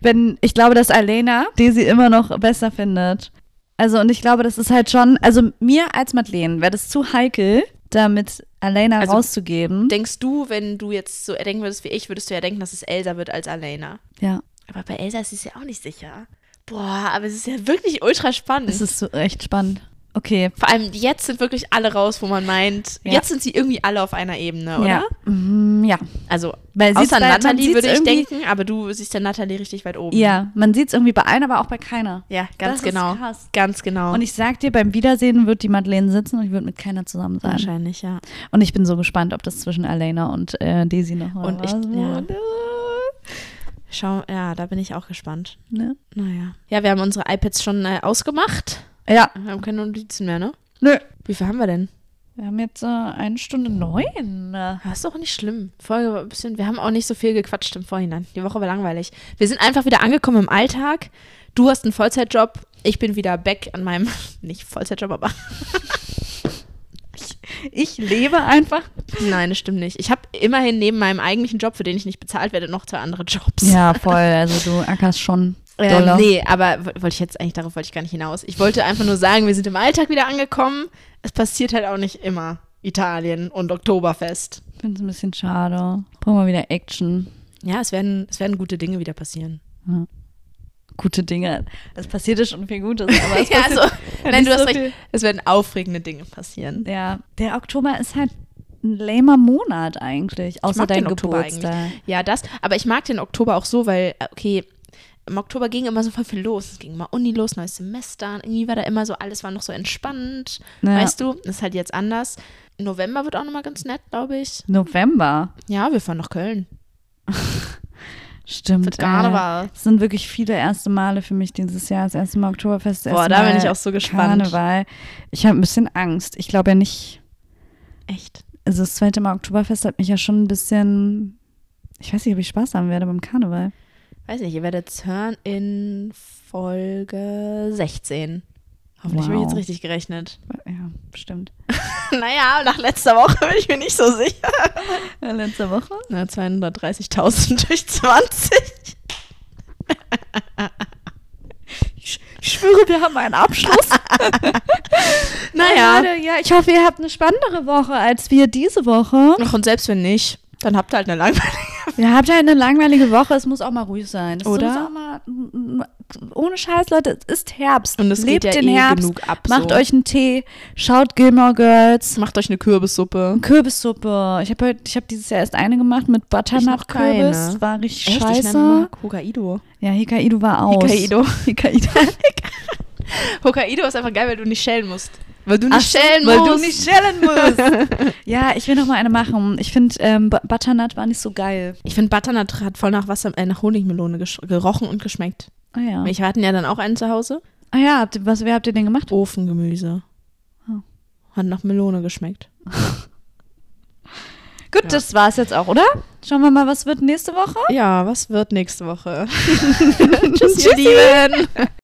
wenn, ich glaube, dass Alena Daisy immer noch besser findet. Also, und ich glaube, das ist halt schon, also mir als Madeleine wäre das zu heikel, damit Alena Also, rauszugeben. Denkst du, wenn du jetzt so denken würdest wie ich, würdest du ja denken, dass es Elsa wird als Alena. Ja, Aber bei Elsa ist es ja auch nicht sicher. Boah, aber es ist ja wirklich ultra spannend. das ist so echt spannend. Okay. Vor allem jetzt sind wirklich alle raus, wo man meint, Ja. jetzt sind sie irgendwie alle auf einer Ebene, oder? Ja. Mhm, ja. Also, Weil sieht's außer bei- man Nathalie sieht's würde ich irgendwie- denken, aber du siehst ja Nathalie richtig weit oben. ja, man sieht es irgendwie bei einer, aber auch bei keiner. Ja, ganz Das ist genau. krass. Ganz genau. Und ich sag dir, beim Wiedersehen wird die Madeleine sitzen und ich würde mit keiner zusammen sein. wahrscheinlich, ja. Und ich bin so gespannt, ob das zwischen Alena und äh, Daisy noch mal Und ich- was ja. wird. Schau, ja, da bin ich auch gespannt. Ne? Naja. Ja, wir haben unsere iPads schon äh, ausgemacht. Ja, Wir haben keine Notizen mehr, ne? nö. Wie viel haben wir denn? Wir haben jetzt äh, eine Stunde neun. Das Ah, ist doch nicht schlimm. Folge war ein bisschen, wir haben auch nicht so viel gequatscht im Vorhinein. Die Woche war langweilig. Wir sind einfach wieder angekommen im Alltag. Du hast einen Vollzeitjob. Ich bin wieder back an meinem, nicht Vollzeitjob, aber Ich lebe einfach. nein, das stimmt nicht. Ich habe immerhin neben meinem eigentlichen Job, für den ich nicht bezahlt werde, noch zwei andere Jobs. Ja, voll. Also du ackerst schon Ähm, doller. nee, aber wo- wollte ich jetzt eigentlich, darauf wollte ich gar nicht hinaus. Ich wollte einfach nur sagen, wir sind im Alltag wieder angekommen. Es passiert halt auch nicht immer. Italien und Oktoberfest. Ich finde es ein bisschen schade. Brauchen wir wieder Action. Ja, es werden, es werden gute Dinge wieder passieren. Gute Dinge. Es passiert ja schon viel Gutes, aber es Ja, passiert also, nein, nicht du hast so recht. viel. Es werden aufregende Dinge passieren. Ja, der Oktober ist halt ein lamer Monat eigentlich, außer mag den dein Oktober Geburtstag. eigentlich. Ja, das. Aber ich mag den Oktober auch so, weil, äh, okay, im Oktober ging immer so voll viel los. Es ging immer Uni los, neues Semester. Irgendwie war da immer so, alles war noch so entspannt. Ja. Weißt du, das ist halt jetzt anders. November wird auch nochmal ganz nett, glaube ich. November. Ja, wir fahren nach Köln. Stimmt. Für Karneval. ey. Es sind wirklich viele erste Male für mich dieses Jahr. Das erste Mal Oktoberfest. das Boah, erste da bin Mal ich auch so gespannt. Karneval. Ich habe ein bisschen Angst. Ich glaube ja nicht, Echt? also das zweite Mal Oktoberfest hat mich ja schon ein bisschen, ich weiß nicht, ob ich Spaß haben werde beim Karneval. Weiß nicht, ihr werdet es hören in Folge 16. Hoffentlich habe ich Wow. jetzt richtig gerechnet. Ja, bestimmt. Naja, nach letzter Woche bin ich mir nicht so sicher. Letzte Woche? Na, 230.000 durch 20. Ich schwöre, wir haben einen Abschluss. Naja. ja, ich hoffe, ihr habt eine spannendere Woche als wir diese Woche. Ach, und selbst wenn nicht, dann habt ihr halt eine langweilige. Ihr habt halt eine langweilige Woche, es muss auch mal ruhig sein. Es Oder? Muss auch mal, ohne Scheiß, Leute, es ist Herbst. Und es Lebt geht ja den eh Herbst, genug ab, Macht so. euch einen Tee, schaut Gilmore Girls, Macht euch eine Kürbissuppe. Kürbissuppe. Ich habe ich hab dieses Jahr erst eine gemacht mit keine. Butternut-Kürbis. War richtig Ich nenne scheiße. mal Hokkaido. Ja, Hikaido war aus. Hokkaido. Hikaido. Hokkaido ist einfach geil, weil du nicht schälen musst. Weil du nicht Ach, schälen weil musst. du nicht schälen musst. ja, ich will noch mal eine machen. Ich finde, ähm, Bu- Butternut war nicht so geil. ich finde, Butternut hat voll nach Wasser, äh, nach Honigmelone gesch- gerochen und geschmeckt. Ah ja. Ich hatten ja dann auch einen zu Hause. Ah ja, habt ihr, was, wer habt ihr denn gemacht? Ofengemüse. Oh. Hat nach Melone geschmeckt. Gut, das war's jetzt auch, oder? Schauen wir Oh. mal, was wird nächste Woche? Ja, was wird nächste Woche? Tschüss, ihr Lieben.